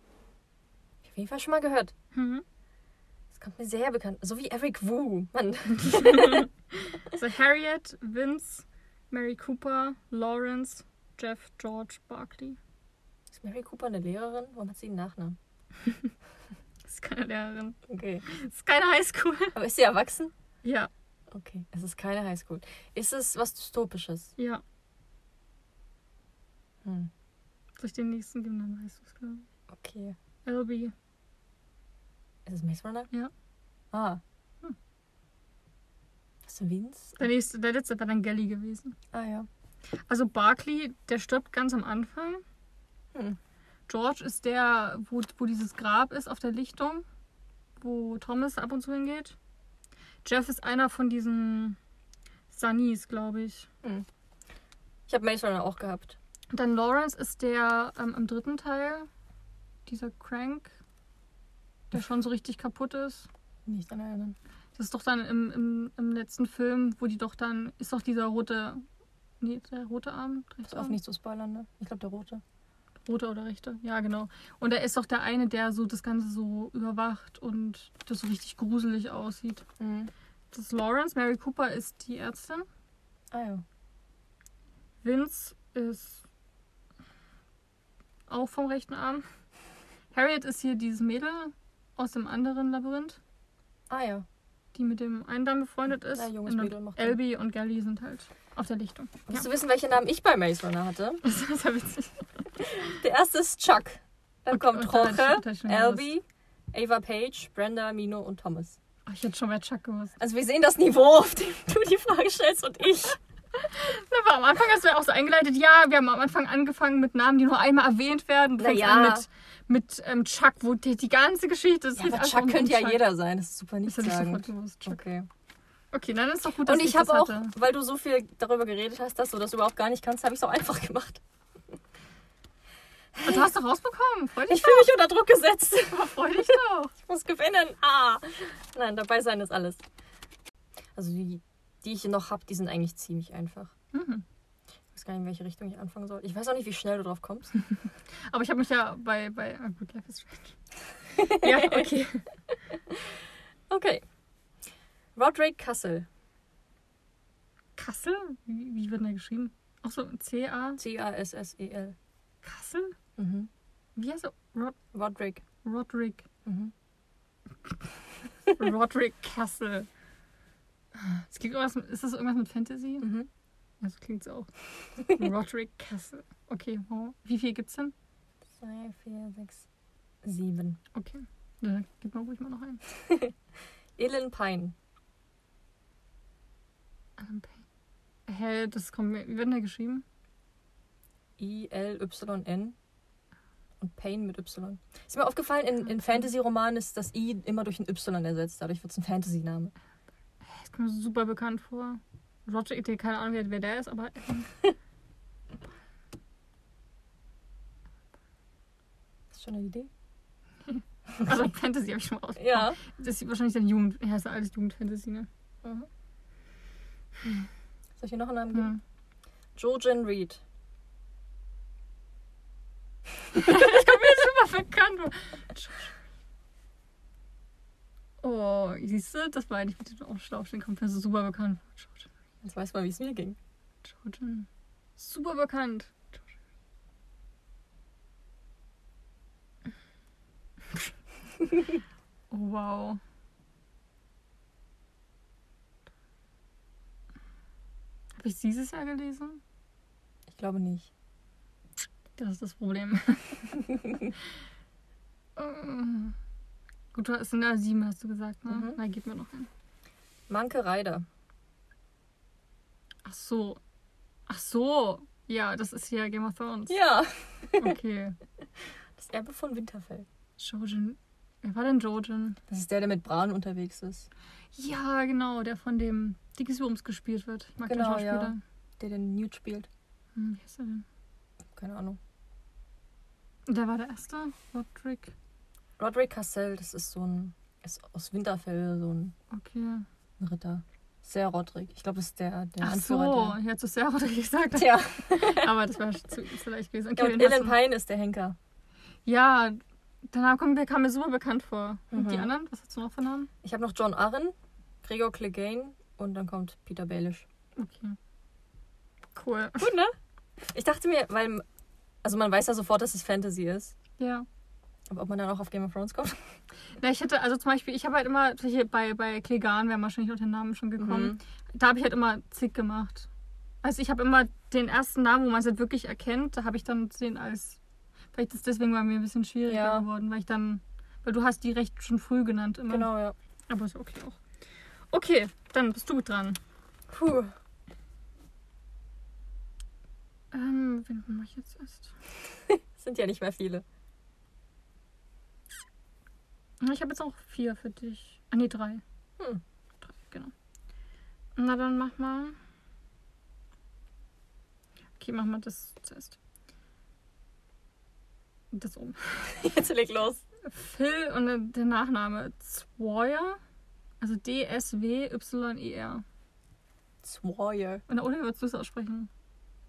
Speaker 1: ich auf jeden Fall schon mal gehört.
Speaker 2: Mhm.
Speaker 1: Das kommt mir sehr bekannt. So wie Eric Wu. Mann.
Speaker 2: Also Harriet, Vince, Mary Cooper, Lawrence, Jeff, George, Barkley.
Speaker 1: Ist Mary Cooper eine Lehrerin? Warum hat sie einen Nachnamen?
Speaker 2: Das ist keine Lehrerin.
Speaker 1: Okay.
Speaker 2: Das ist keine Highschool.
Speaker 1: Aber ist sie erwachsen?
Speaker 2: Ja,
Speaker 1: Okay. Es ist keine Highschool. Ist es was Dystopisches?
Speaker 2: ja.
Speaker 1: Hm.
Speaker 2: Soll ich den nächsten geben? Dann weißt du es, glaube ich.
Speaker 1: Okay.
Speaker 2: LB.
Speaker 1: Ist es Maze Runner?
Speaker 2: Ja.
Speaker 1: Ah.
Speaker 2: Hm.
Speaker 1: Hast du Vince?
Speaker 2: Der, nächste, der letzte wäre dann Gally gewesen.
Speaker 1: Ah ja.
Speaker 2: Also Barkley, der stirbt ganz am Anfang.
Speaker 1: Hm.
Speaker 2: George ist der, wo, wo dieses Grab ist auf der Lichtung, wo Thomas ab und zu hingeht. Jeff ist einer von diesen Sunnies, glaube ich.
Speaker 1: Ich habe Maze Runner auch gehabt.
Speaker 2: Und dann Lawrence ist der ähm, im dritten Teil, dieser Crank, der schon so richtig kaputt ist.
Speaker 1: Nicht an erinnern.
Speaker 2: Das ist doch dann im, im, im letzten Film, wo die doch dann, ist doch dieser rote, nee, der rote Arm,
Speaker 1: Pass
Speaker 2: rechte
Speaker 1: auf,
Speaker 2: Arm?
Speaker 1: nicht zu spoilern, ne? Ich glaube, der rote.
Speaker 2: Rote oder rechte, ja genau. Und da ist doch der eine, der so das Ganze so überwacht und das so richtig gruselig aussieht.
Speaker 1: Mhm.
Speaker 2: Das ist Lawrence, Mary Cooper ist die Ärztin.
Speaker 1: Ah ja.
Speaker 2: Vince ist auch vom rechten Arm. Harriet ist hier dieses Mädel aus dem anderen Labyrinth,
Speaker 1: Ah ja.
Speaker 2: die mit dem einen dann befreundet ist.
Speaker 1: Ja, junges
Speaker 2: Und
Speaker 1: Mädel macht dann-
Speaker 2: Albie und Gally sind halt auf der Lichtung. Ja,
Speaker 1: Willst du wissen, welche Namen ich bei Maze Runner hatte?
Speaker 2: das ist ja witzig.
Speaker 1: Der erste ist Chuck. Dann
Speaker 2: Und-
Speaker 1: kommt
Speaker 2: und dann
Speaker 1: Roche,
Speaker 2: steht da schon
Speaker 1: Albie, Ava Page, Brenda, Mino und Thomas.
Speaker 2: Oh, ich hätte schon mehr Chuck gewusst.
Speaker 1: Also wir sehen das Niveau, auf dem du die Frage stellst und ich.
Speaker 2: Na, aber am Anfang hast du ja auch so eingeleitet, ja, wir haben am Anfang angefangen mit Namen, die nur einmal erwähnt werden. Du
Speaker 1: Na
Speaker 2: fängst
Speaker 1: ja.
Speaker 2: an Mit, mit ähm, Chuck, wo die, die ganze Geschichte ist.
Speaker 1: Ja,
Speaker 2: geht
Speaker 1: aber
Speaker 2: einfach
Speaker 1: Chuck
Speaker 2: um
Speaker 1: könnte ja
Speaker 2: Chuck.
Speaker 1: jeder sein, das ist super
Speaker 2: Das
Speaker 1: nicht
Speaker 2: hätte ich
Speaker 1: sagen.
Speaker 2: sofort gewusst. Chuck.
Speaker 1: Okay.
Speaker 2: Okay, dann ist doch gut, dass
Speaker 1: Und ich
Speaker 2: das
Speaker 1: habe auch,
Speaker 2: hatte.
Speaker 1: weil du so viel darüber geredet hast, dass du das überhaupt gar nicht kannst, habe ich es auch einfach gemacht.
Speaker 2: Aber Ah, Du hast doch rausbekommen. Freu dich
Speaker 1: Ich fühle mich unter Druck gesetzt.
Speaker 2: doch, freu dich doch.
Speaker 1: Ich muss gewinnen. Ah. Nein, dabei sein ist alles. Also die, die ich noch habe, die sind eigentlich ziemlich einfach.
Speaker 2: Mhm.
Speaker 1: Ich weiß gar nicht, in welche Richtung ich anfangen soll. Ich weiß auch nicht, wie schnell du drauf kommst.
Speaker 2: Aber ich habe mich ja bei, bei ah, gut, Life is Strange. ja, okay.
Speaker 1: Okay. Roderick Kassel.
Speaker 2: Kassel? Wie, wie wird denn da geschrieben? Auch so ein C-A.
Speaker 1: C-A-S-S-E-L.
Speaker 2: Kassel?
Speaker 1: Mhm.
Speaker 2: Wie heißt er? Rod
Speaker 1: Roderick.
Speaker 2: Roderick.
Speaker 1: Mhm.
Speaker 2: Roderick Kassel. Es klingt irgendwas, ist das irgendwas mit Fantasy?
Speaker 1: Mhm.
Speaker 2: Also klingt es auch. Roderick Kassel. Okay, wow. wie viel gibt's denn?
Speaker 1: Zwei, vier, sechs, Sieben.
Speaker 2: Okay. Ja, Dann gib mal ruhig mal noch einen.
Speaker 1: Ellen Pine.
Speaker 2: Alan Payne. Hä, das kommt mir. Wie wird denn der geschrieben?
Speaker 1: I-L-Y-N. Und Pain mit Y. Ist mir aufgefallen, in, in Fantasy-Romanen ist das I immer durch ein Y ersetzt. Dadurch wird es ein Fantasy-Name.
Speaker 2: Hä, Das kommt mir super bekannt vor. Roger, ich keine Ahnung, wer- wer der ist, aber.
Speaker 1: Ist schon eine Idee?
Speaker 2: Also Fantasy habe ich schon mal raus.
Speaker 1: Ja.
Speaker 2: Das ist wahrscheinlich dann Jugend. Ja, ist ja alles Jugendfantasy, ne?
Speaker 1: Mhm. Soll ich dir noch einen Namen geben?
Speaker 2: Ja.
Speaker 1: Hm. Jojen Reed.
Speaker 2: Das kommt mir super bekannt vor. Josh. Oh, siehst du, das war eigentlich mit dem Aufschlaufen. Kommt mir so super bekannt vor. Josh.
Speaker 1: Jetzt weiß man, wie es mir ging.
Speaker 2: Jordan. Super bekannt. oh, wow. Habe ich dieses Jahr gelesen?
Speaker 1: Ich glaube nicht.
Speaker 2: Das ist das Problem. Ähm, Gut, es sind ja sieben, hast du gesagt, ne?
Speaker 1: Mhm.
Speaker 2: Na, gib mir noch einen.
Speaker 1: Manke Ryder.
Speaker 2: Ach so. Ach so. Ja, das ist hier Game of Thrones.
Speaker 1: Ja.
Speaker 2: Okay.
Speaker 1: Das Erbe von Winterfell.
Speaker 2: Jojen. Wer war denn Jojen?
Speaker 1: Das ist der, der mit Bran unterwegs ist.
Speaker 2: Ja, genau, der von dem Dickes Wurms gespielt wird. Ich mag
Speaker 1: Genau,
Speaker 2: den Schauspieler.
Speaker 1: Der den Newt spielt.
Speaker 2: Hm, wie heißt er denn?
Speaker 1: Keine Ahnung.
Speaker 2: Der war der erste, Roderick.
Speaker 1: Roderick Cassell, das ist so ein. Ist aus Winterfell so ein
Speaker 2: Okay.
Speaker 1: Ritter. Sehr Roderick. Ich glaube, das ist der, der
Speaker 2: Ach so,
Speaker 1: Anführer.
Speaker 2: ich hätte es sehr Roderick gesagt,
Speaker 1: Der, tja.
Speaker 2: aber das war zu, zu leicht gewesen. Okay,
Speaker 1: Ja, und
Speaker 2: den hast
Speaker 1: Ellen
Speaker 2: du.
Speaker 1: Pine ist der Henker.
Speaker 2: Ja, der Name kommt, der kam mir super bekannt vor.
Speaker 1: Mhm.
Speaker 2: Und die anderen, was hast du noch für Namen?
Speaker 1: Ich habe noch John Arryn, Gregor Clegane und dann kommt Peter Baelish.
Speaker 2: Okay. Cool.
Speaker 1: Gut, ne? Ich dachte mir, weil. Also, man weiß ja sofort, dass es Fantasy ist.
Speaker 2: Ja.
Speaker 1: Aber ob man dann auch auf Game of Thrones kommt?
Speaker 2: Na, ich hätte, also zum Beispiel, ich habe halt immer, solche- bei, bei Klegan wären wahrscheinlich auch den Namen schon gekommen.
Speaker 1: Mhm.
Speaker 2: Da habe ich halt immer zick gemacht. Also ich habe immer den ersten Namen, wo man es halt wirklich erkennt, da habe ich dann den als. Vielleicht ist deswegen bei mir ein bisschen schwieriger
Speaker 1: Ja.
Speaker 2: geworden, weil ich dann. Weil du hast die recht schon früh genannt immer.
Speaker 1: Genau, ja.
Speaker 2: Aber ist ja okay auch. Okay, dann bist du dran.
Speaker 1: Puh.
Speaker 2: Ähm, wen mache ich jetzt erst?
Speaker 1: Sind ja nicht mehr viele.
Speaker 2: Na, Ich habe jetzt auch vier für dich. Ah, nee, drei.
Speaker 1: Hm.
Speaker 2: Drei, genau. Na, dann mach mal. Okay, mach mal das zuerst. Das um. oben.
Speaker 1: Jetzt leg los.
Speaker 2: Phil und dann der Nachname Zweier. Also D-S-W-Y-E-R.
Speaker 1: Sawyer.
Speaker 2: Und Olivia würdest du es aussprechen?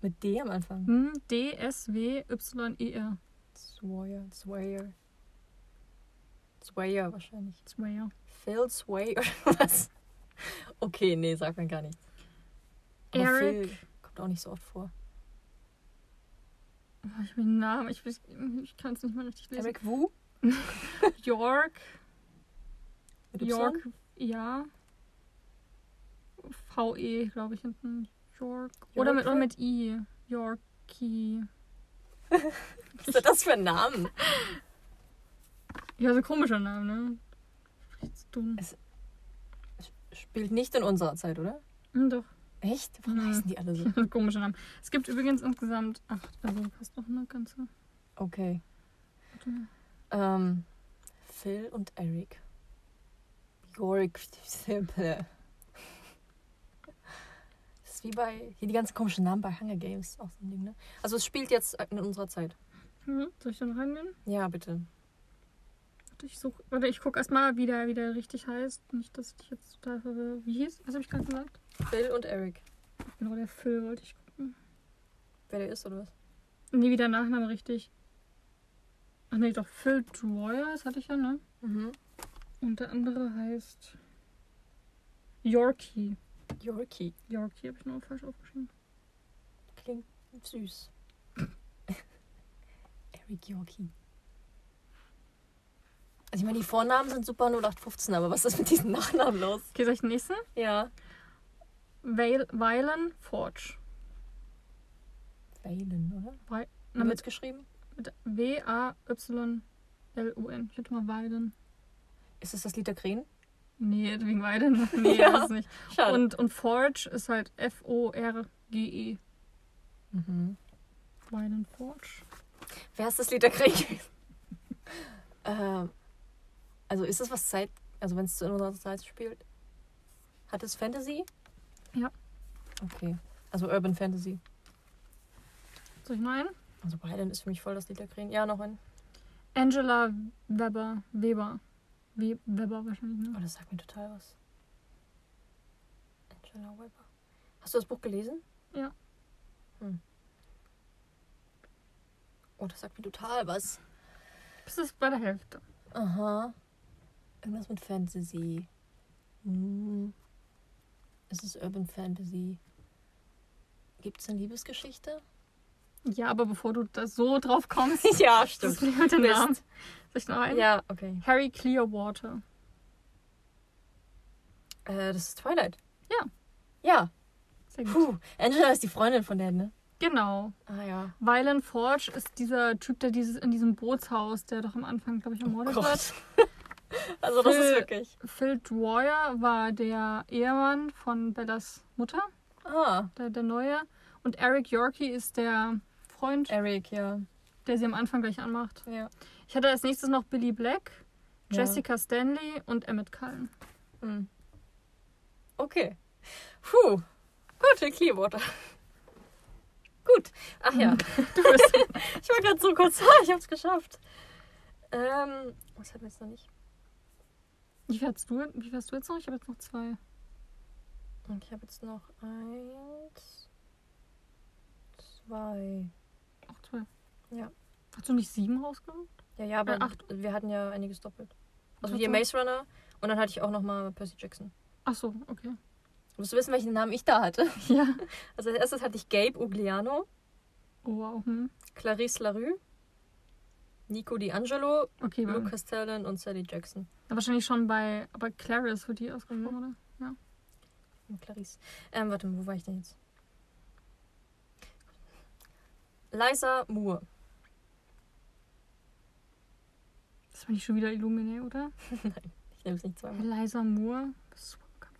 Speaker 1: Mit D am Anfang.
Speaker 2: Hm? D-S-W-Y-E-R.
Speaker 1: Sawyer, Sawyer. Sawyer wahrscheinlich.
Speaker 2: Zweier.
Speaker 1: Phil Sawyer. Was? Okay, nee, sagt mir gar nichts. Aber
Speaker 2: Eric.
Speaker 1: Phil kommt auch nicht so oft vor.
Speaker 2: Oh, ich habe den Namen. Ich, weiß- ich kann es nicht mal richtig lesen.
Speaker 1: Eric Wu?
Speaker 2: York.
Speaker 1: Mit Y?
Speaker 2: York, ja. VE, glaube ich, hinten. York. Oder mit, oder mit I. Yorkie.
Speaker 1: Was ist denn das für ein Name?
Speaker 2: Ja, so ein komischer Name, ne? Vielleicht zu dumm.
Speaker 1: Spielt nicht in unserer Zeit, oder?
Speaker 2: Hm, doch,
Speaker 1: Echt? Warum
Speaker 2: Nee.
Speaker 1: heißen die alle so?
Speaker 2: komischer Name. Es gibt übrigens insgesamt acht, also fast noch eine ganze.
Speaker 1: Okay.
Speaker 2: Warte mal.
Speaker 1: Ähm, Phil und Eric. Yorick. Simple. Das ist wie bei. Hier die ganzen komischen Namen bei Hunger Games. Auch so ein Ding, ne? Also, es spielt jetzt in unserer Zeit.
Speaker 2: Hm, soll ich da noch reinnehmen?
Speaker 1: Ja, bitte.
Speaker 2: Warte, ich suche. Warte, ich gucke erstmal, wie der, wie der richtig heißt. Nicht, dass ich dich jetzt total verwirre. Wie hieß? Was habe ich gerade gesagt?
Speaker 1: Phil und Eric.
Speaker 2: Genau, der Phil wollte ich gucken.
Speaker 1: Wer der ist oder was?
Speaker 2: Nee, wie der Nachname richtig. Ach nee, doch, Phil Dwyer, das hatte ich ja, ne?
Speaker 1: Mhm.
Speaker 2: Und der andere heißt Yorkie.
Speaker 1: Yorkie.
Speaker 2: Yorkie habe ich noch falsch aufgeschrieben.
Speaker 1: Klingt süß. Eric Yorkie. Also, ich meine, die Vornamen sind super 0815, aber was ist mit diesen Nachnamen los?
Speaker 2: Okay, soll ich den nächsten?
Speaker 1: Ja.
Speaker 2: Vail- Valen Forge.
Speaker 1: Valen, oder?
Speaker 2: Wei-
Speaker 1: Wie
Speaker 2: Na,
Speaker 1: wird's
Speaker 2: mit
Speaker 1: geschrieben?
Speaker 2: mit W-A-Y-L-E-N. L-U-N. Ich hätte mal Weiden.
Speaker 1: Ist es das Lied der Krähen?
Speaker 2: Nee, wegen Weiden. Nee,
Speaker 1: Ja.
Speaker 2: das ist nicht.
Speaker 1: Schade.
Speaker 2: Und, und Forge ist halt F-O-R-G-E.
Speaker 1: mhm.
Speaker 2: E. Weiden Forge.
Speaker 1: Wer ist das Lied der Krähen? gewesen? ähm, also ist es was Zeit, also wenn es zu unserer Zeit spielt? Hat es Fantasy?
Speaker 2: Ja.
Speaker 1: Okay. Also Urban Fantasy.
Speaker 2: Soll ich noch einen?
Speaker 1: Also Biden ist für mich voll das Lied der Krähen. Ja, noch ein.
Speaker 2: Angela Weber. Weber. We Weber wahrscheinlich,
Speaker 1: Oh,
Speaker 2: ne?
Speaker 1: das sagt mir total was. Angela Weber. Hast du das Buch gelesen?
Speaker 2: Ja.
Speaker 1: Hm. Oh, das sagt mir total was.
Speaker 2: Das ist bei der Hälfte.
Speaker 1: Aha. Irgendwas mit Fantasy. Hm. Es ist Urban Fantasy. Gibt es eine Liebesgeschichte?
Speaker 2: Ja, aber bevor du da so drauf kommst,
Speaker 1: ja,
Speaker 2: das ist nicht mit dem
Speaker 1: Mist.
Speaker 2: Namen. Soll ich noch einen?
Speaker 1: Ja, okay.
Speaker 2: Harry Clearwater.
Speaker 1: Äh, das ist Twilight.
Speaker 2: Ja.
Speaker 1: Ja.
Speaker 2: Sehr gut.
Speaker 1: Puh. Angela ist die Freundin von der, ne?
Speaker 2: Genau.
Speaker 1: Ah ja.
Speaker 2: Weiland Forge ist dieser Typ, der dieses in diesem Bootshaus, der doch am Anfang, glaube ich, ermordet wird.
Speaker 1: Oh also das ist
Speaker 2: Phil-
Speaker 1: wirklich.
Speaker 2: Phil Dwyer war der Ehemann von Bellas Mutter,
Speaker 1: Ah.
Speaker 2: der, der neue. Und Eric Yorkie ist der Freund,
Speaker 1: Eric, ja.
Speaker 2: der sie am Anfang gleich anmacht.
Speaker 1: Ja.
Speaker 2: Ich hatte als nächstes noch Billy Black,
Speaker 1: Ja.
Speaker 2: Jessica Stanley und Emmett Cullen.
Speaker 1: Hm. Okay. Puh. Gut, in Clearwater. Gut. Ach ja,
Speaker 2: Du bist
Speaker 1: ich war gerade so kurz. Ah, ich hab's geschafft. Ähm, was hatten wir jetzt noch nicht?
Speaker 2: wie, fährst du, wie fährst du jetzt noch? Ich habe jetzt noch zwei.
Speaker 1: Und ich habe jetzt noch eins, zwei.
Speaker 2: Auch zwei.
Speaker 1: Ja.
Speaker 2: Hast du nicht sieben rausgenommen?
Speaker 1: Ja, ja, aber
Speaker 2: Äh, acht.
Speaker 1: wir hatten ja einiges doppelt. Also
Speaker 2: Ach
Speaker 1: hier
Speaker 2: so.
Speaker 1: Maze Runner und dann hatte ich auch nochmal Percy Jackson.
Speaker 2: Ach so, okay.
Speaker 1: Du musst wissen, welchen Namen ich da hatte.
Speaker 2: Ja.
Speaker 1: Also als erstes hatte ich Gabe Ugliano,
Speaker 2: Oh, wow. Hm.
Speaker 1: Clarisse LaRue, Nico D'Angelo,
Speaker 2: Okay,
Speaker 1: Luke
Speaker 2: Lukas.
Speaker 1: Castellan und Sally Jackson.
Speaker 2: wahrscheinlich schon bei, aber Clarice wird die ausgesprochen, oder?
Speaker 1: Und Clarice. Ähm, warte mal, wo war ich denn jetzt? Liza Moore.
Speaker 2: Das war nicht schon wieder Illumine, oder?
Speaker 1: Ich nehme es nicht zweimal.
Speaker 2: Eliza Moore. Das ist super bekannt.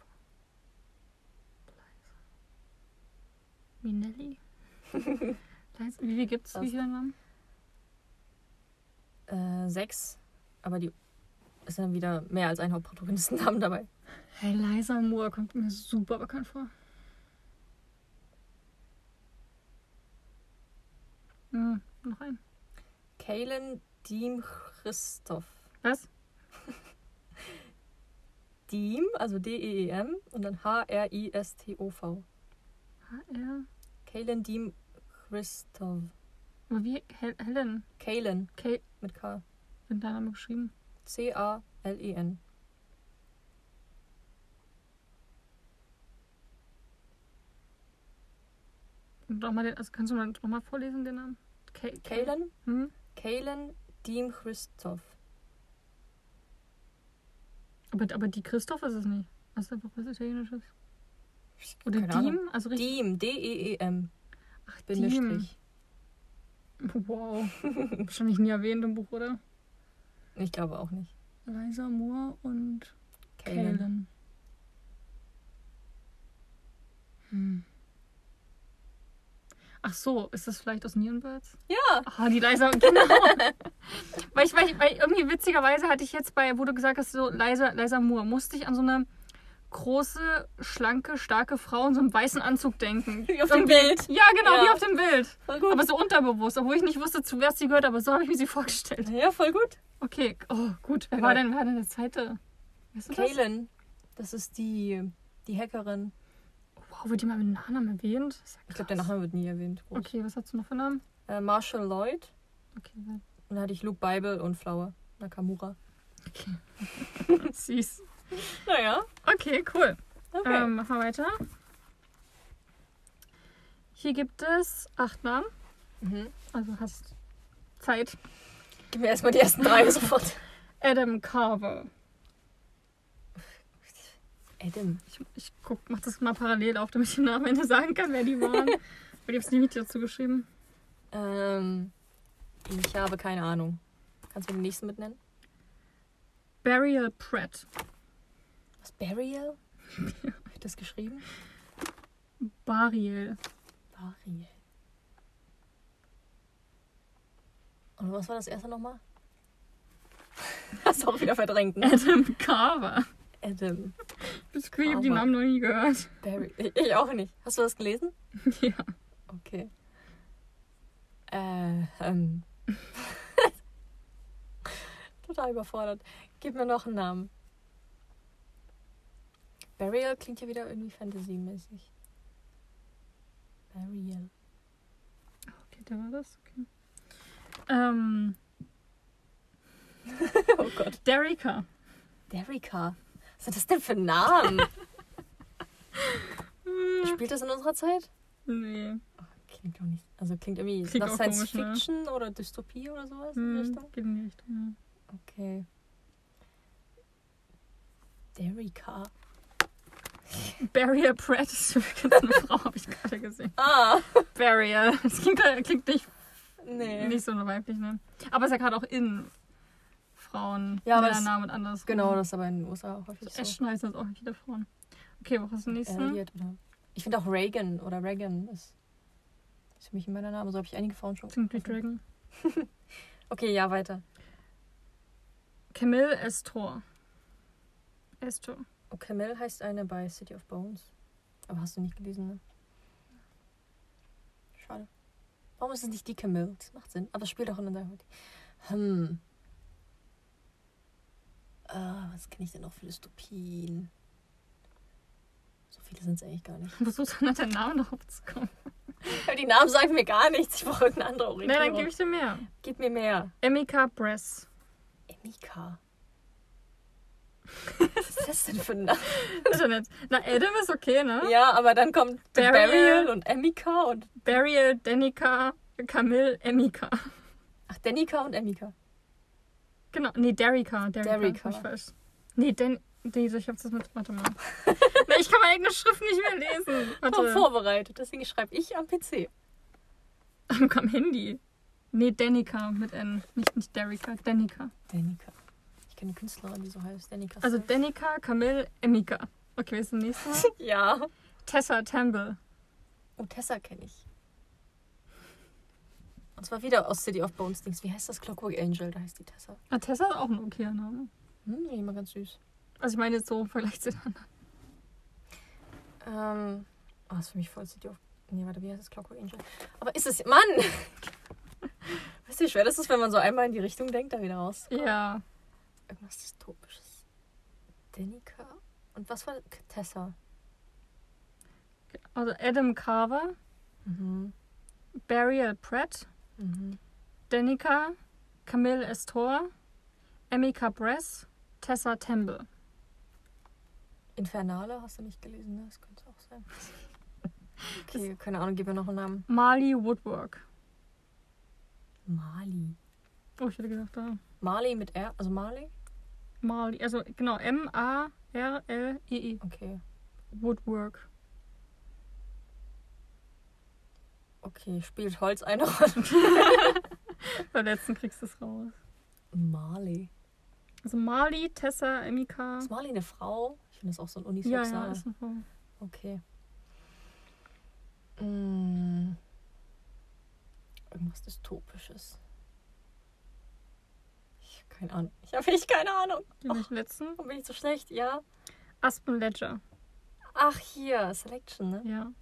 Speaker 2: Eliza. Minelli. Eliza- Wie viel gibt's? Wie
Speaker 1: Fast.
Speaker 2: viele Namen?
Speaker 1: Äh, sechs. Aber die ist dann wieder mehr als ein Hauptprotagonistennamen dabei.
Speaker 2: Eliza Moore kommt mir super bekannt vor. Hm, noch ein.
Speaker 1: Kaylin Diem Christoph.
Speaker 2: Was?
Speaker 1: Diem, also D-E-E-M und dann H-R-I-S-T-O-V.
Speaker 2: HR.
Speaker 1: Kaylin Diem Christoph.
Speaker 2: Aber wie? Hel Helen.
Speaker 1: Kaylin
Speaker 2: Kate.
Speaker 1: mit K.
Speaker 2: Wird dein Name geschrieben?
Speaker 1: C-A-L-E-N.
Speaker 2: Und noch mal den, also kannst du mal, noch mal vorlesen, den Namen? Ka
Speaker 1: Kaylin?
Speaker 2: Hm?
Speaker 1: Kaylin Diem Christoph.
Speaker 2: Aber, aber die Christoph ist es nicht. Das ist einfach was Italienisches. Oder
Speaker 1: Keine Ahnung.
Speaker 2: Diem? Also richtig.
Speaker 1: Diem, D-E-E-M. E
Speaker 2: Ach, Diem.
Speaker 1: Bindestrich.
Speaker 2: Wow. Wahrscheinlich nie erwähnt im Buch, oder?
Speaker 1: Ich glaube auch nicht.
Speaker 2: Liza Moore und
Speaker 1: Kaylin.
Speaker 2: Kalen. Hm. Ach so, ist das vielleicht aus Nierenbirds?
Speaker 1: Ja.
Speaker 2: Ah, die Liza, genau. weil, ich, weil, ich, weil irgendwie witzigerweise hatte ich jetzt bei, wo du gesagt hast, so Liza, Liza Moore, musste ich an so eine große, schlanke, starke Frau in so einem weißen Anzug denken.
Speaker 1: Wie auf dem
Speaker 2: Irgendwie-
Speaker 1: Bild.
Speaker 2: Ja, genau,
Speaker 1: Ja.
Speaker 2: wie auf dem Bild.
Speaker 1: Voll gut.
Speaker 2: Aber so unterbewusst, obwohl ich nicht wusste, zu wer es die gehört, aber so habe ich mir sie vorgestellt.
Speaker 1: ja, voll gut.
Speaker 2: Okay, oh, gut. Wer
Speaker 1: Genau.
Speaker 2: war denn, wer war denn der zweite? Weißt du das?
Speaker 1: Kaylin, das ist die, die Hackerin.
Speaker 2: Wow, wird die mal mit Nachnamen erwähnt? Ist ja
Speaker 1: Ich glaube, der
Speaker 2: krass. Oh.
Speaker 1: Nachname wird nie erwähnt. Groß.
Speaker 2: Okay, was hast du noch für Namen?
Speaker 1: Äh, Marshall Lloyd.
Speaker 2: Okay, wer-
Speaker 1: Und dann hatte ich Luke Bible und Flower. Nakamura.
Speaker 2: okay. Süß.
Speaker 1: Naja,
Speaker 2: Okay, cool.
Speaker 1: okay.
Speaker 2: Ähm, machen wir weiter. Hier gibt es acht Namen.
Speaker 1: mhm.
Speaker 2: Also hast Zeit.
Speaker 1: Gib mir erstmal die ersten drei sofort.
Speaker 2: Adam Carver.
Speaker 1: Adam.
Speaker 2: Ich, ich guck, mach das mal parallel auf, damit ich den Namen am Ende sagen kann, wer die waren. Weil ich hab's nämlich dazu geschrieben.
Speaker 1: Ähm, ich habe keine Ahnung. Kannst du mir den nächsten mitnennen?
Speaker 2: Burial Pratt.
Speaker 1: Was? Burial? Habe ich das geschrieben?
Speaker 2: Bariel.
Speaker 1: Burial. Und was war das erste nochmal? Hast du auch wieder verdrängt, ne?
Speaker 2: Adam Carver.
Speaker 1: Adam.
Speaker 2: Das Gefühl, ich habe
Speaker 1: Carver.
Speaker 2: den Namen noch nie gehört.
Speaker 1: Barry. Ich auch nicht. Hast du das gelesen?
Speaker 2: ja.
Speaker 1: Okay. Äh, ähm. Total überfordert. Gib mir noch einen Namen. Burial klingt ja wieder irgendwie fantasiemäßig. Burial.
Speaker 2: Okay, da war das. Okay. Ähm,
Speaker 1: Oh Gott.
Speaker 2: Derica.
Speaker 1: Derica. Was sind das denn für Namen? Spielt das in unserer Zeit?
Speaker 2: Nee.
Speaker 1: Klingt doch nicht. Also klingt irgendwie
Speaker 2: Klingt
Speaker 1: nach
Speaker 2: auch
Speaker 1: Science
Speaker 2: komisch, ne?
Speaker 1: Fiction oder Dystopie oder sowas in die
Speaker 2: Hm,
Speaker 1: Richtung.
Speaker 2: geht in die Richtung.
Speaker 1: Okay. Derica.
Speaker 2: Ja. Barrier Pratt ist übrigens eine Frau, habe ich gerade gesehen.
Speaker 1: Ah,
Speaker 2: Barrier. Das klingt, klingt nicht,
Speaker 1: nee.
Speaker 2: nicht so weiblich, ne? Aber ist ja gerade auch in Frauen.
Speaker 1: Ja, aber das-
Speaker 2: Männernamen und andersrum.
Speaker 1: Genau, das ist aber in den USA häufig
Speaker 2: So
Speaker 1: so. Äh,
Speaker 2: Ashton heißt das auch wieder Frauen. Okay, was ist das nächste?
Speaker 1: Elliot oder. Ich finde auch Reagan oder Reagan ist, ist für mich immer der Name. So habe ich einige Frauen schon.
Speaker 2: Klingt wie Dragon.
Speaker 1: Okay, ja, weiter.
Speaker 2: Camille Estor. Estor.
Speaker 1: Okay, Mel heißt eine bei City of Bones. Aber hast du nicht gelesen, ne? Schade. Warum ist es nicht die Camille? Das macht Sinn. Aber es spielt auch in der Hm. Äh, was kenne ich denn noch für Dystopien? So viele sind es eigentlich gar nicht.
Speaker 2: Versuchst du nach deinem Namen drauf zu kommen?
Speaker 1: Die Namen sagen mir gar nichts. Ich brauche irgendeine andere
Speaker 2: Nein,
Speaker 1: Orientierung.
Speaker 2: dann gebe ich dir mehr.
Speaker 1: Gib mir mehr.
Speaker 2: Emika Bress.
Speaker 1: Emika. was ist das denn für ein Name?
Speaker 2: Ist ja nett. Na, Adam ist okay, ne?
Speaker 1: Ja, aber dann kommt
Speaker 2: Burial.
Speaker 1: Burial und Emika und
Speaker 2: Burial, Danica, Camille, Emika.
Speaker 1: Ach, Danica und Emika.
Speaker 2: Genau. Nee, Derica. Derica.
Speaker 1: Derica.
Speaker 2: Ich weiß. Nee, Den. Nee, ich hab's das mit. Warte mal. Na, ich kann meine eigene Schrift nicht mehr lesen.
Speaker 1: Komm
Speaker 2: Warte.
Speaker 1: vorbereitet, deswegen schreibe ich am PC.
Speaker 2: Am, am Handy. Nee, Danica mit N. Nicht, nicht Derica, Danica.
Speaker 1: Danica. Ich kenne eine Künstlerin, die so heißt. Danica.
Speaker 2: Also Danica, Camille, Emika. Okay, wer ist der nächste?
Speaker 1: ja.
Speaker 2: Tessa Temple.
Speaker 1: Oh, Tessa kenne ich. Und zwar wieder aus City of Bones Dings. Wie heißt das? Clockwork Angel, da heißt die Tessa.
Speaker 2: Ah, Tessa ist auch ein okayer Name.
Speaker 1: Hm, die immer ganz süß.
Speaker 2: Also ich meine jetzt so im Vergleich zu den anderen.
Speaker 1: Ähm, oh, ist für mich voll City of... Nee, warte, wie heißt das? Clockwork Angel. Aber ist es... Mann! weißt du, wie schwer das ist, wenn man so einmal in die Richtung denkt, da wieder raus?
Speaker 2: Ja.
Speaker 1: Irgendwas Dystopisches. Danica. Und was war Tessa?
Speaker 2: Also Adam Carver,
Speaker 1: Mhm.
Speaker 2: Burial Pratt,
Speaker 1: Mhm.
Speaker 2: Danica, Camille Estor, Emika Bress, Tessa Temple.
Speaker 1: Infernale hast du nicht gelesen, ne? Das könnte auch sein. Okay, keine Ahnung, gib mir noch einen Namen.
Speaker 2: Marley Woodwork.
Speaker 1: Mali.
Speaker 2: Oh, ich hätte gedacht, da.
Speaker 1: Mali mit R, also Mali?
Speaker 2: Marley, also genau, M-A-R-L-E-E.
Speaker 1: Okay.
Speaker 2: Woodwork.
Speaker 1: Okay, spielt Holz eine Rolle?
Speaker 2: Beim letzten kriegst du es raus.
Speaker 1: Mali.
Speaker 2: Also Marley, Tessa, Emika.
Speaker 1: Ist Mali eine Frau? Ich finde das auch so ein
Speaker 2: Ja,
Speaker 1: unisex
Speaker 2: ja,
Speaker 1: Name.
Speaker 2: ist eine Frau.
Speaker 1: Okay. Mm. Irgendwas Dystopisches. Ich habe keine Ahnung. Ich habe echt keine Ahnung.
Speaker 2: Den oh. letzten.
Speaker 1: Warum bin ich so schlecht? Ja.
Speaker 2: Aspen Ledger.
Speaker 1: Ach, hier, Selection, ne?
Speaker 2: Ja.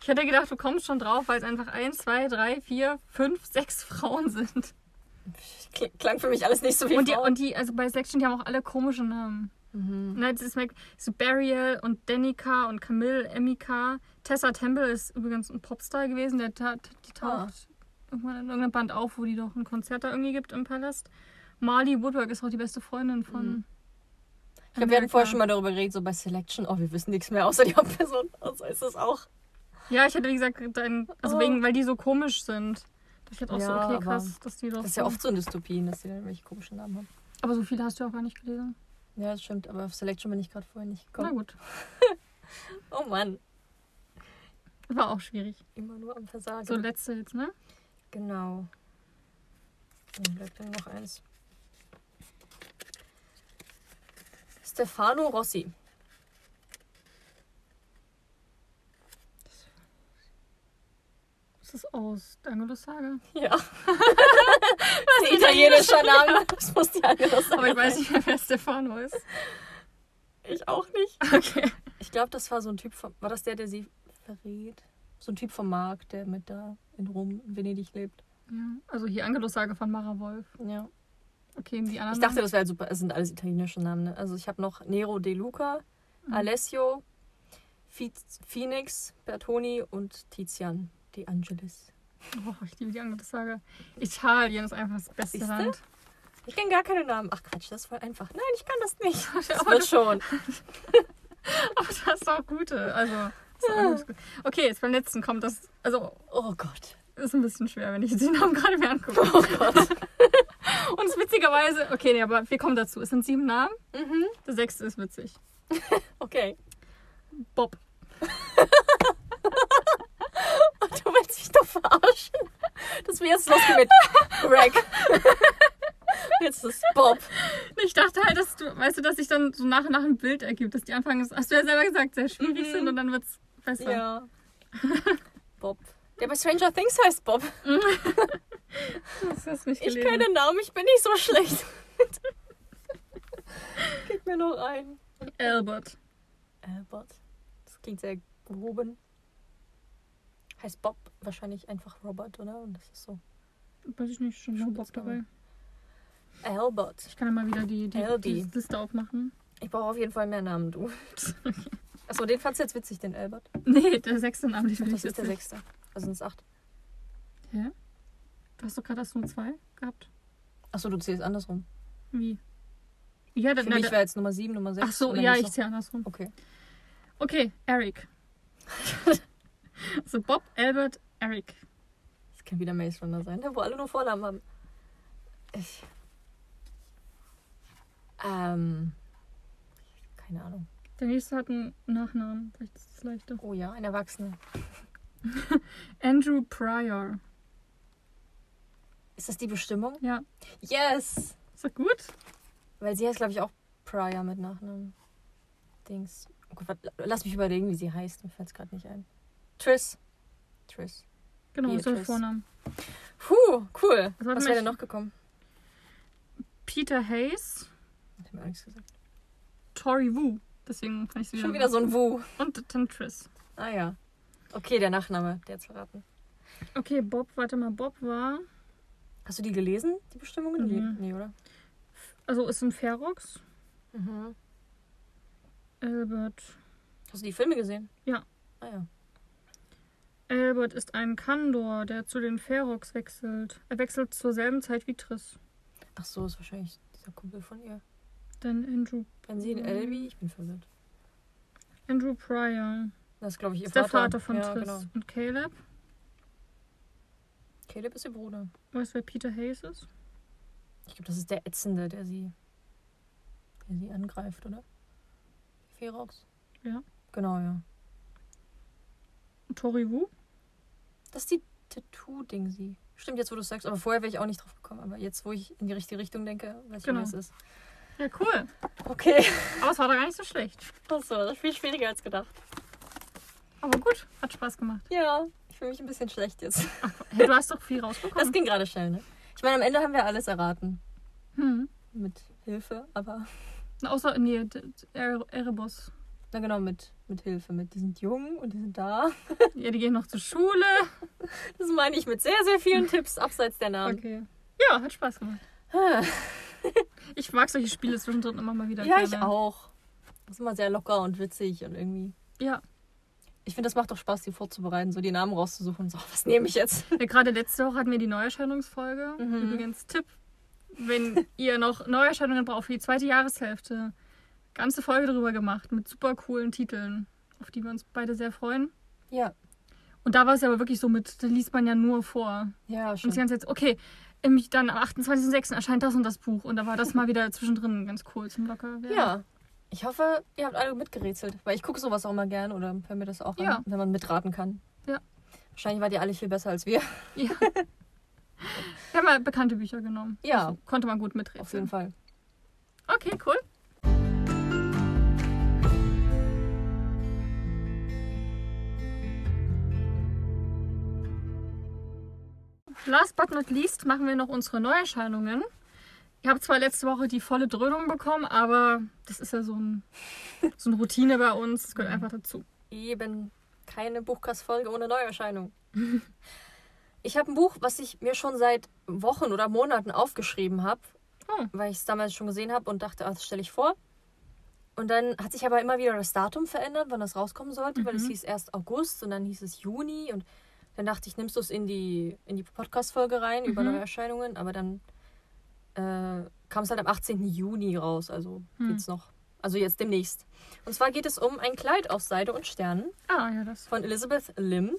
Speaker 2: Ich hätte gedacht, du kommst schon drauf, weil es einfach 1, 2, 3, 4, 5, 6 Frauen sind.
Speaker 1: Kl- Klang für mich alles nicht so wie
Speaker 2: Und die,
Speaker 1: Frauen.
Speaker 2: und die, also bei Section, die haben auch alle komische Namen.
Speaker 1: Mhm.
Speaker 2: Nein, das ist Mac, so Burial und Danica und Camille, Emika. Tessa Temple ist übrigens ein Popstar gewesen, der ta die
Speaker 1: Ah.
Speaker 2: taucht irgendwann in irgendeinem Band auf, wo die doch ein Konzert da irgendwie gibt im Palast. Marley Woodwork ist auch die beste Freundin von.
Speaker 1: Mhm. Ich glaube, wir hatten vorher schon mal darüber geredet, so bei Selection, oh, wir wissen nichts mehr außer die Hauptperson. Und so ist es auch.
Speaker 2: Ja, ich hätte wie gesagt, dein, also
Speaker 1: Oh.
Speaker 2: wegen, weil die so komisch sind. Ich hätte auch so,
Speaker 1: Ja,
Speaker 2: okay,
Speaker 1: aber
Speaker 2: krass, dass die doch.
Speaker 1: Das ist ja
Speaker 2: so-
Speaker 1: oft so in Dystopien, dass die dann irgendwelche komischen Namen haben.
Speaker 2: Aber so viele hast du auch gar nicht gelesen.
Speaker 1: Ja, das stimmt, aber auf Selection bin ich gerade vorher nicht
Speaker 2: Na
Speaker 1: gekommen.
Speaker 2: gut.
Speaker 1: Oh Mann,
Speaker 2: War auch schwierig.
Speaker 1: immer nur am Versagen.
Speaker 2: So letzte jetzt, ne?
Speaker 1: genau. Dann bleibt dann noch eins. Stefano Rossi.
Speaker 2: Das ist aus Angelo Saga.
Speaker 1: Ja. das ist ein italienischer Name. Das muss die andere sagen.
Speaker 2: Aber ich weiß nicht mehr, wer Stefano ist.
Speaker 1: Ich auch nicht.
Speaker 2: Okay.
Speaker 1: Ich glaube, das war so ein Typ vom. War das der, der sie verrät? So ein Typ vom Markt, der mit da in Rom, in Venedig lebt.
Speaker 2: Ja. Also hier Angelo Saga von Mara Wolf.
Speaker 1: Ja.
Speaker 2: Okay, und die anderen.
Speaker 1: Ich dachte, das wäre super. Es sind alles italienische Namen. Ne? Also ich habe noch Nero De Luca, Alessio, Fiz- Phoenix, Bertoni und Tizian De Angelis.
Speaker 2: Oh, ich liebe die Angelo Saga. Italien ist einfach das beste
Speaker 1: Siehste?
Speaker 2: Land.
Speaker 1: Ich kenne gar keine Namen. Ach Quatsch, das ist voll einfach. Nein, ich kann das nicht. Das
Speaker 2: Aber
Speaker 1: wird schon.
Speaker 2: Aber Oh, das ist auch gute. Also. das ist auch alles gut. Okay, jetzt beim letzten kommt das. Also,
Speaker 1: Oh Gott.
Speaker 2: ist ein bisschen schwer, wenn ich den Namen gerade mir angucke.
Speaker 1: Oh Gott.
Speaker 2: Und es ist witzigerweise, okay, nee, aber wir kommen dazu. Es sind sieben Namen.
Speaker 1: mhm.
Speaker 2: Der sechste ist witzig.
Speaker 1: Okay.
Speaker 2: Bob.
Speaker 1: Du willst mich doch verarschen. Das wäre jetzt losgehen mit Greg. Jetzt ist Bob.
Speaker 2: Ich dachte halt, dass du, weißt du, dass sich dann so nach und nach ein Bild ergibt, dass die anfangen, hast du ja selber gesagt, sehr schwierig
Speaker 1: Mhm.
Speaker 2: sind und dann wird's besser.
Speaker 1: Ja. Bob. Der bei Stranger Things heißt Bob.
Speaker 2: Das hast du nicht
Speaker 1: Ich
Speaker 2: gelesen.
Speaker 1: kenne den Namen, ich bin nicht so schlecht. Gib mir noch ein.
Speaker 2: Albert.
Speaker 1: Albert. Äh, Das klingt sehr groben. Heißt Bob wahrscheinlich einfach Robert, oder? Und das ist so.
Speaker 2: Weiß ich nicht, schon noch Bob
Speaker 1: Spitzname.
Speaker 2: dabei.
Speaker 1: Albert.
Speaker 2: Ich kann ja mal wieder die, die,
Speaker 1: Albi.
Speaker 2: die Liste aufmachen.
Speaker 1: Ich brauche auf jeden Fall mehr Namen, du. Achso, den fandst du jetzt witzig, den Albert.
Speaker 2: Nee, der sechste Name, den
Speaker 1: Ach,
Speaker 2: finde ich
Speaker 1: das ist der
Speaker 2: witzig.
Speaker 1: sechste. Also sind es acht.
Speaker 2: Hä? Du hast doch gerade erst nur zwei gehabt.
Speaker 1: Achso, du zählst andersrum.
Speaker 2: Wie? Ja,
Speaker 1: Für
Speaker 2: dann. na,
Speaker 1: mich
Speaker 2: da-
Speaker 1: wäre jetzt Nummer 7, Nummer 6.
Speaker 2: Ach so, ja, ich zähle andersrum.
Speaker 1: Okay.
Speaker 2: Okay, Eric. also Bob, Albert, Eric.
Speaker 1: Das kann wieder Maze Runner sein, ne, wo alle nur Vornamen haben. Ich. Ähm. Keine Ahnung.
Speaker 2: Der nächste hat einen Nachnamen, vielleicht ist das leichter.
Speaker 1: Oh ja, ein Erwachsener.
Speaker 2: Andrew Pryor.
Speaker 1: Ist das die Bestimmung?
Speaker 2: Ja,
Speaker 1: Yes!
Speaker 2: ist das gut?
Speaker 1: Weil sie heißt, glaube ich, auch Pryor mit Nachnamen. Dings. Oh Gott, warte, lass mich überlegen, wie sie heißt. Mir fällt es gerade nicht ein. Triss. Triss.
Speaker 2: Genau, ist der
Speaker 1: Beatrice.
Speaker 2: Vorname.
Speaker 1: Puh, cool.
Speaker 2: warte
Speaker 1: Was
Speaker 2: mal,
Speaker 1: wäre denn
Speaker 2: ich-
Speaker 1: noch gekommen?
Speaker 2: Peter Hayes,
Speaker 1: Ich habe mir auch nichts gesagt.
Speaker 2: Tori Wu. Deswegen fand ich sie
Speaker 1: Schon wieder so ein Wu.
Speaker 2: Und Tantris.
Speaker 1: Ah ja. Okay, der Nachname, der hat's verraten.
Speaker 2: Okay, Bob, warte mal, Bob war.
Speaker 1: Hast du die gelesen, die Bestimmungen? Nee,
Speaker 2: Mhm.
Speaker 1: nee oder?
Speaker 2: Also ist ein Ferox.
Speaker 1: Mhm.
Speaker 2: Albert.
Speaker 1: Hast du die Filme gesehen?
Speaker 2: Ja.
Speaker 1: Ah ja.
Speaker 2: Albert ist ein Kandor, der zu den Ferox wechselt. Er wechselt zur selben Zeit wie Triss.
Speaker 1: Ach so, ist wahrscheinlich dieser Kumpel von ihr.
Speaker 2: Dann Andrew,
Speaker 1: Wenn sie
Speaker 2: Mhm.
Speaker 1: in Elbi, ich bin verwirrt.
Speaker 2: Andrew Pryor.
Speaker 1: Das ist, glaube ich, ihr
Speaker 2: Ist
Speaker 1: Vater.
Speaker 2: der Vater von
Speaker 1: ja,
Speaker 2: Triss.
Speaker 1: Genau.
Speaker 2: Und Caleb,
Speaker 1: Caleb ist ihr Bruder.
Speaker 2: weißt du, wer Peter Hayes ist?
Speaker 1: Ich glaube, das ist der Ätzende, der sie, der sie angreift, oder? Ferox.
Speaker 2: Ja.
Speaker 1: Genau, ja.
Speaker 2: Tori Wu.
Speaker 1: Das ist die Tattoo-Ding, sie. Stimmt, jetzt wo du es sagst, aber vorher wäre ich auch nicht drauf gekommen. Aber jetzt, wo ich in die richtige Richtung denke, weiß ich,
Speaker 2: Genau.
Speaker 1: wer es ist.
Speaker 2: Ja, cool.
Speaker 1: Okay.
Speaker 2: Aber es war doch gar nicht so schlecht.
Speaker 1: Das war viel schwieriger als gedacht.
Speaker 2: Aber gut, hat Spaß gemacht.
Speaker 1: Ja, ich fühle mich ein bisschen schlecht jetzt.
Speaker 2: Hey, du hast doch viel
Speaker 1: Das
Speaker 2: rausbekommen.
Speaker 1: ging gerade schnell, ne? Ich meine, am Ende haben wir alles erraten.
Speaker 2: Hm.
Speaker 1: Mit Hilfe, aber.
Speaker 2: Na, Außer, nee, d- d- Ere- Erebus.
Speaker 1: Na genau, mit, mit Hilfe. Mit die sind jung und die sind da.
Speaker 2: Ja, die gehen noch zur Schule.
Speaker 1: Das meine ich mit sehr, sehr vielen Tipps abseits der Namen.
Speaker 2: Okay. Ja, hat Spaß gemacht. Ich mag solche Spiele zwischendrin immer mal wieder.
Speaker 1: Ja, ich
Speaker 2: gerne.
Speaker 1: auch. Das ist immer sehr locker und witzig und irgendwie.
Speaker 2: Ja.
Speaker 1: Ich finde, das macht doch Spaß, die vorzubereiten, so die Namen rauszusuchen. So, was nehme ich jetzt?
Speaker 2: Ja, gerade letzte Woche hatten wir die Neuerscheinungsfolge.
Speaker 1: Mhm.
Speaker 2: Übrigens, Tipp, wenn ihr noch Neuerscheinungen braucht für die zweite Jahreshälfte, ganze Folge drüber gemacht mit super coolen Titeln, auf die wir uns beide sehr freuen.
Speaker 1: Ja.
Speaker 2: Und da war es ja aber wirklich so mit, da liest man ja nur vor.
Speaker 1: Ja,
Speaker 2: Und die
Speaker 1: schon.
Speaker 2: ganze Zeit, okay, im, dann am 28.06. erscheint das und das Buch. Und da war das mal wieder zwischendrin ganz cool zum locker werden.
Speaker 1: Ja. Ich hoffe, ihr habt alle mitgerätselt, weil ich gucke sowas auch immer gern oder höre mir das auch
Speaker 2: Ja.
Speaker 1: an, wenn man mitraten kann.
Speaker 2: Ja.
Speaker 1: Wahrscheinlich wart ihr alle viel besser als wir.
Speaker 2: ja. Wir haben ja bekannte Bücher genommen.
Speaker 1: Ja.
Speaker 2: Also, konnte man gut
Speaker 1: Auf jeden
Speaker 2: mitreden.
Speaker 1: Fall.
Speaker 2: Okay, cool. Last but not least machen wir noch unsere Neuerscheinungen. Ich habe zwar letzte Woche die volle Dröhnung bekommen, aber das ist ja so, ein, so eine Routine bei uns. Das gehört einfach dazu.
Speaker 1: Eben keine Buchkast-Folge ohne Neuerscheinung. Ich habe ein Buch, was ich mir schon seit Wochen oder Monaten aufgeschrieben habe,
Speaker 2: Oh.
Speaker 1: weil ich es damals schon gesehen habe und dachte, ah, das stelle ich vor. Und dann hat sich aber immer wieder das Datum verändert, wann das rauskommen sollte, weil
Speaker 2: Mhm.
Speaker 1: es hieß erst August und dann hieß es Juni und dann dachte ich, nimmst du es in die, in die Podcast-Folge rein über
Speaker 2: Mhm.
Speaker 1: Neuerscheinungen, aber dann äh, kam es halt am 18. Juni raus, also
Speaker 2: Hm.
Speaker 1: jetzt noch. Also jetzt demnächst. Und zwar geht es um ein Kleid aus Seide und Sternen
Speaker 2: Ah, ja, das.
Speaker 1: von Elizabeth Lim.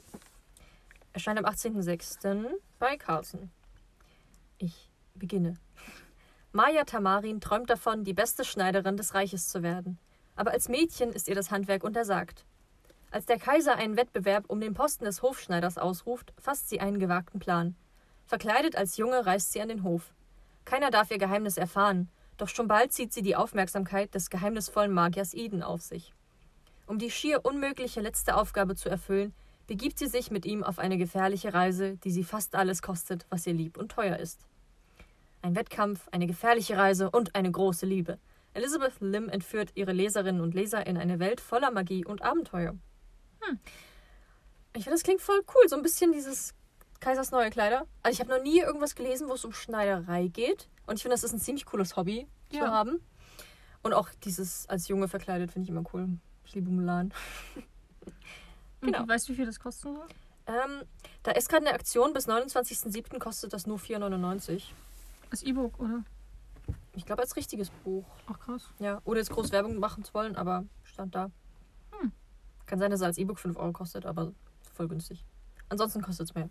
Speaker 1: Erscheint am 18.06. bei Carlson. Ich beginne. Maya Tamarin träumt davon, die beste Schneiderin des Reiches zu werden. Aber als Mädchen ist ihr das Handwerk untersagt. Als der Kaiser einen Wettbewerb um den Posten des Hofschneiders ausruft, fasst sie einen gewagten Plan. Verkleidet als Junge reist sie an den Hof. Keiner darf ihr Geheimnis erfahren, doch schon bald zieht sie die Aufmerksamkeit des geheimnisvollen Magiers Eden auf sich. Um die schier unmögliche letzte Aufgabe zu erfüllen, begibt sie sich mit ihm auf eine gefährliche Reise, die sie fast alles kostet, was ihr lieb und teuer ist. Ein Wettkampf, eine gefährliche Reise und eine große Liebe. Elizabeth Lim entführt ihre Leserinnen und Leser in eine Welt voller Magie und Abenteuer. Hm. Ich finde, das klingt voll cool. So ein bisschen dieses Kaisers neue Kleider. Also ich habe noch nie irgendwas gelesen, wo es um Schneiderei geht. Und ich finde, das ist ein ziemlich cooles Hobby zu
Speaker 2: Ja.
Speaker 1: haben. Und auch dieses als Junge verkleidet finde ich immer cool. Ich liebe Mulan.
Speaker 2: Genau.
Speaker 1: Genau.
Speaker 2: Und du weißt, wie viel das kosten soll?
Speaker 1: Ähm, da ist gerade eine Aktion. Bis 29.07. kostet das nur 4,99.
Speaker 2: Als E-Book, oder?
Speaker 1: Ich glaube, als richtiges Buch.
Speaker 2: Ach, krass.
Speaker 1: Ja, ohne jetzt groß Werbung machen zu wollen, aber stand da.
Speaker 2: Hm.
Speaker 1: Kann sein, dass er als E-Book 5 Euro kostet, aber voll günstig. Ansonsten kostet es mehr.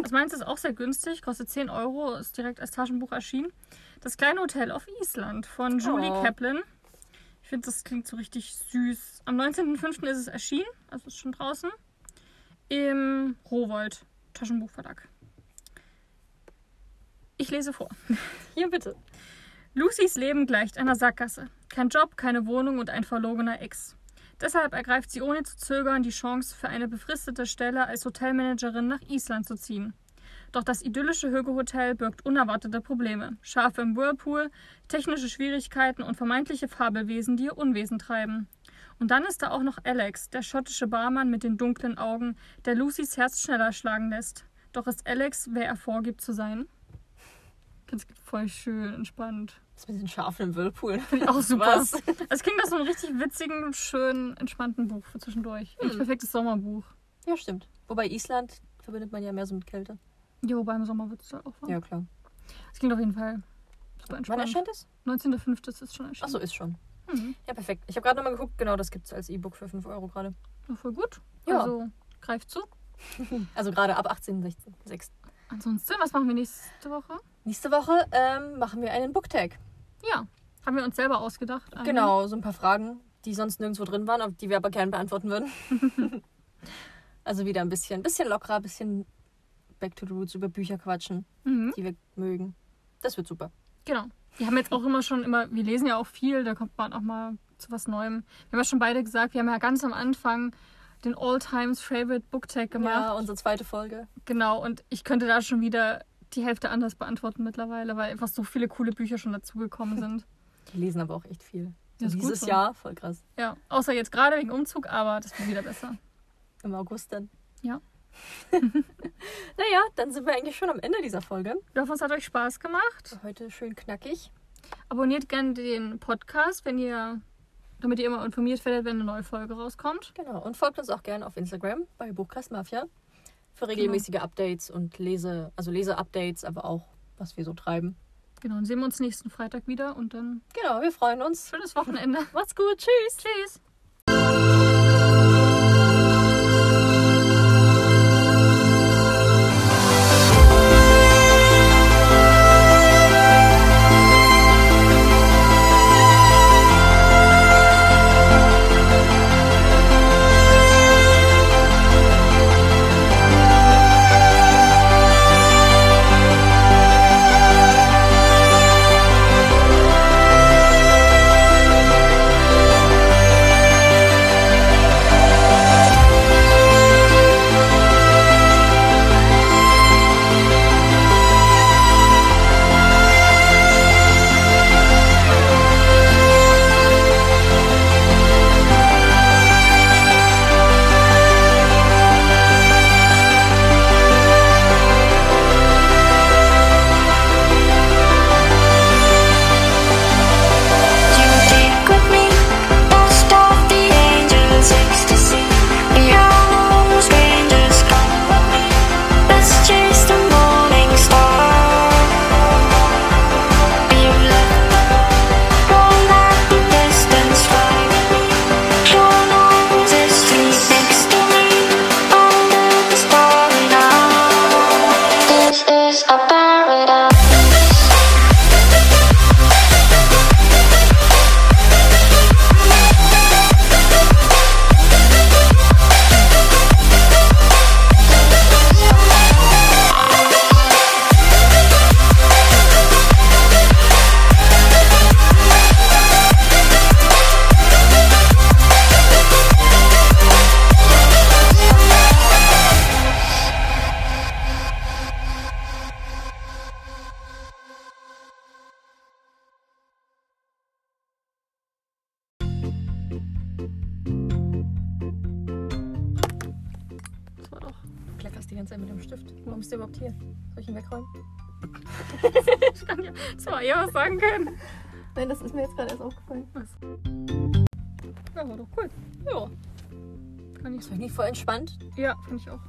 Speaker 2: Das meins ist auch sehr günstig, kostet 10 Euro, ist direkt als Taschenbuch erschienen. Das kleine Hotel auf Island von Julie
Speaker 1: Oh.
Speaker 2: Kaplan. Ich finde, das klingt so richtig süß. Am 19.05. ist es erschienen, also ist schon draußen. Im Rowold Taschenbuchverlag. Ich lese vor.
Speaker 1: Hier bitte.
Speaker 2: Lucys Leben gleicht einer Sackgasse. Kein Job, keine Wohnung und ein verlogener Ex. Deshalb ergreift sie ohne zu zögern die Chance, für eine befristete Stelle als Hotelmanagerin nach Island zu ziehen. Doch das idyllische Högehotel birgt unerwartete Probleme. Schafe im Whirlpool, technische Schwierigkeiten und vermeintliche Fabelwesen, die ihr Unwesen treiben. Und dann ist da auch noch Alex, der schottische Barmann mit den dunklen Augen, der Lucys Herz schneller schlagen lässt. Doch ist Alex, wer er vorgibt zu sein? Das klingt voll schön, entspannt.
Speaker 1: Das mit den Schafen im Whirlpool.
Speaker 2: Auch super.
Speaker 1: Was?
Speaker 2: Es klingt nach so einem richtig witzigen, schönen, entspannten Buch für zwischendurch. Ein perfektes Sommerbuch.
Speaker 1: Ja, stimmt. Wobei Island verbindet man ja mehr so mit Kälte.
Speaker 2: Jo, beim Sommer wird es auch warm.
Speaker 1: Ja, klar.
Speaker 2: Es klingt auf jeden Fall super
Speaker 1: Wann
Speaker 2: entspannt.
Speaker 1: erscheint es?
Speaker 2: 19.05. ist es schon erschienen.
Speaker 1: Achso, ist schon.
Speaker 2: Mhm.
Speaker 1: Ja, perfekt. Ich habe gerade nochmal geguckt, genau, das gibt es als E-Book für 5 Euro gerade.
Speaker 2: Ja, voll gut.
Speaker 1: Ja.
Speaker 2: Also greift zu.
Speaker 1: Also gerade ab 18.06.
Speaker 2: Ansonsten, was machen wir nächste Woche?
Speaker 1: Nächste Woche ähm, machen wir einen Booktag.
Speaker 2: Ja, haben wir uns selber ausgedacht. Eine-
Speaker 1: Genau, so ein paar Fragen, die sonst nirgendwo drin waren, aber die wir aber gerne beantworten würden. also wieder ein bisschen, bisschen lockerer, ein bisschen back to the roots über Bücher quatschen,
Speaker 2: Mhm.
Speaker 1: die wir mögen. Das wird super.
Speaker 2: Genau. Wir haben jetzt auch immer schon immer, wir lesen ja auch viel, da kommt man auch mal zu was Neuem. Wir haben ja schon beide gesagt, wir haben ja ganz am Anfang den All-Times-Favorite Booktag gemacht.
Speaker 1: Ja, unsere zweite Folge.
Speaker 2: Genau, und ich könnte da schon wieder die Hälfte anders beantworten mittlerweile, weil einfach so viele coole Bücher schon dazugekommen sind.
Speaker 1: Die lesen aber auch echt viel. So
Speaker 2: Das ist gut
Speaker 1: dieses
Speaker 2: so.
Speaker 1: Jahr, voll krass.
Speaker 2: Ja, außer jetzt gerade wegen Umzug, aber das wird wieder besser.
Speaker 1: Im August dann.
Speaker 2: Ja.
Speaker 1: naja, dann sind wir eigentlich schon am Ende dieser Folge.
Speaker 2: Wir hoffen, es hat euch Spaß gemacht.
Speaker 1: Heute schön knackig.
Speaker 2: Abonniert gerne den Podcast, wenn ihr, damit ihr immer informiert werdet, wenn eine neue Folge rauskommt.
Speaker 1: Genau. Und folgt uns auch gerne auf Instagram bei Buchkast Mafia für regelmäßige Updates und Lese, also Lese-Updates, aber auch, was wir so treiben.
Speaker 2: Genau, und sehen wir uns nächsten Freitag wieder und dann
Speaker 1: Genau, wir freuen uns.
Speaker 2: schönes Wochenende.
Speaker 1: Macht's gut, tschüss.
Speaker 2: Tschüss!
Speaker 1: ganze Zeit mit dem Stift? Warum ist der überhaupt hier? Soll ich ihn wegräumen?
Speaker 2: Ich kann ja zwar eher was sagen können.
Speaker 1: Nein, das ist mir jetzt gerade erst aufgefallen.
Speaker 2: Ja, war doch cool.
Speaker 1: Ja.
Speaker 2: Kann ich
Speaker 1: Das war nie voll entspannt.
Speaker 2: Ja, finde ich auch.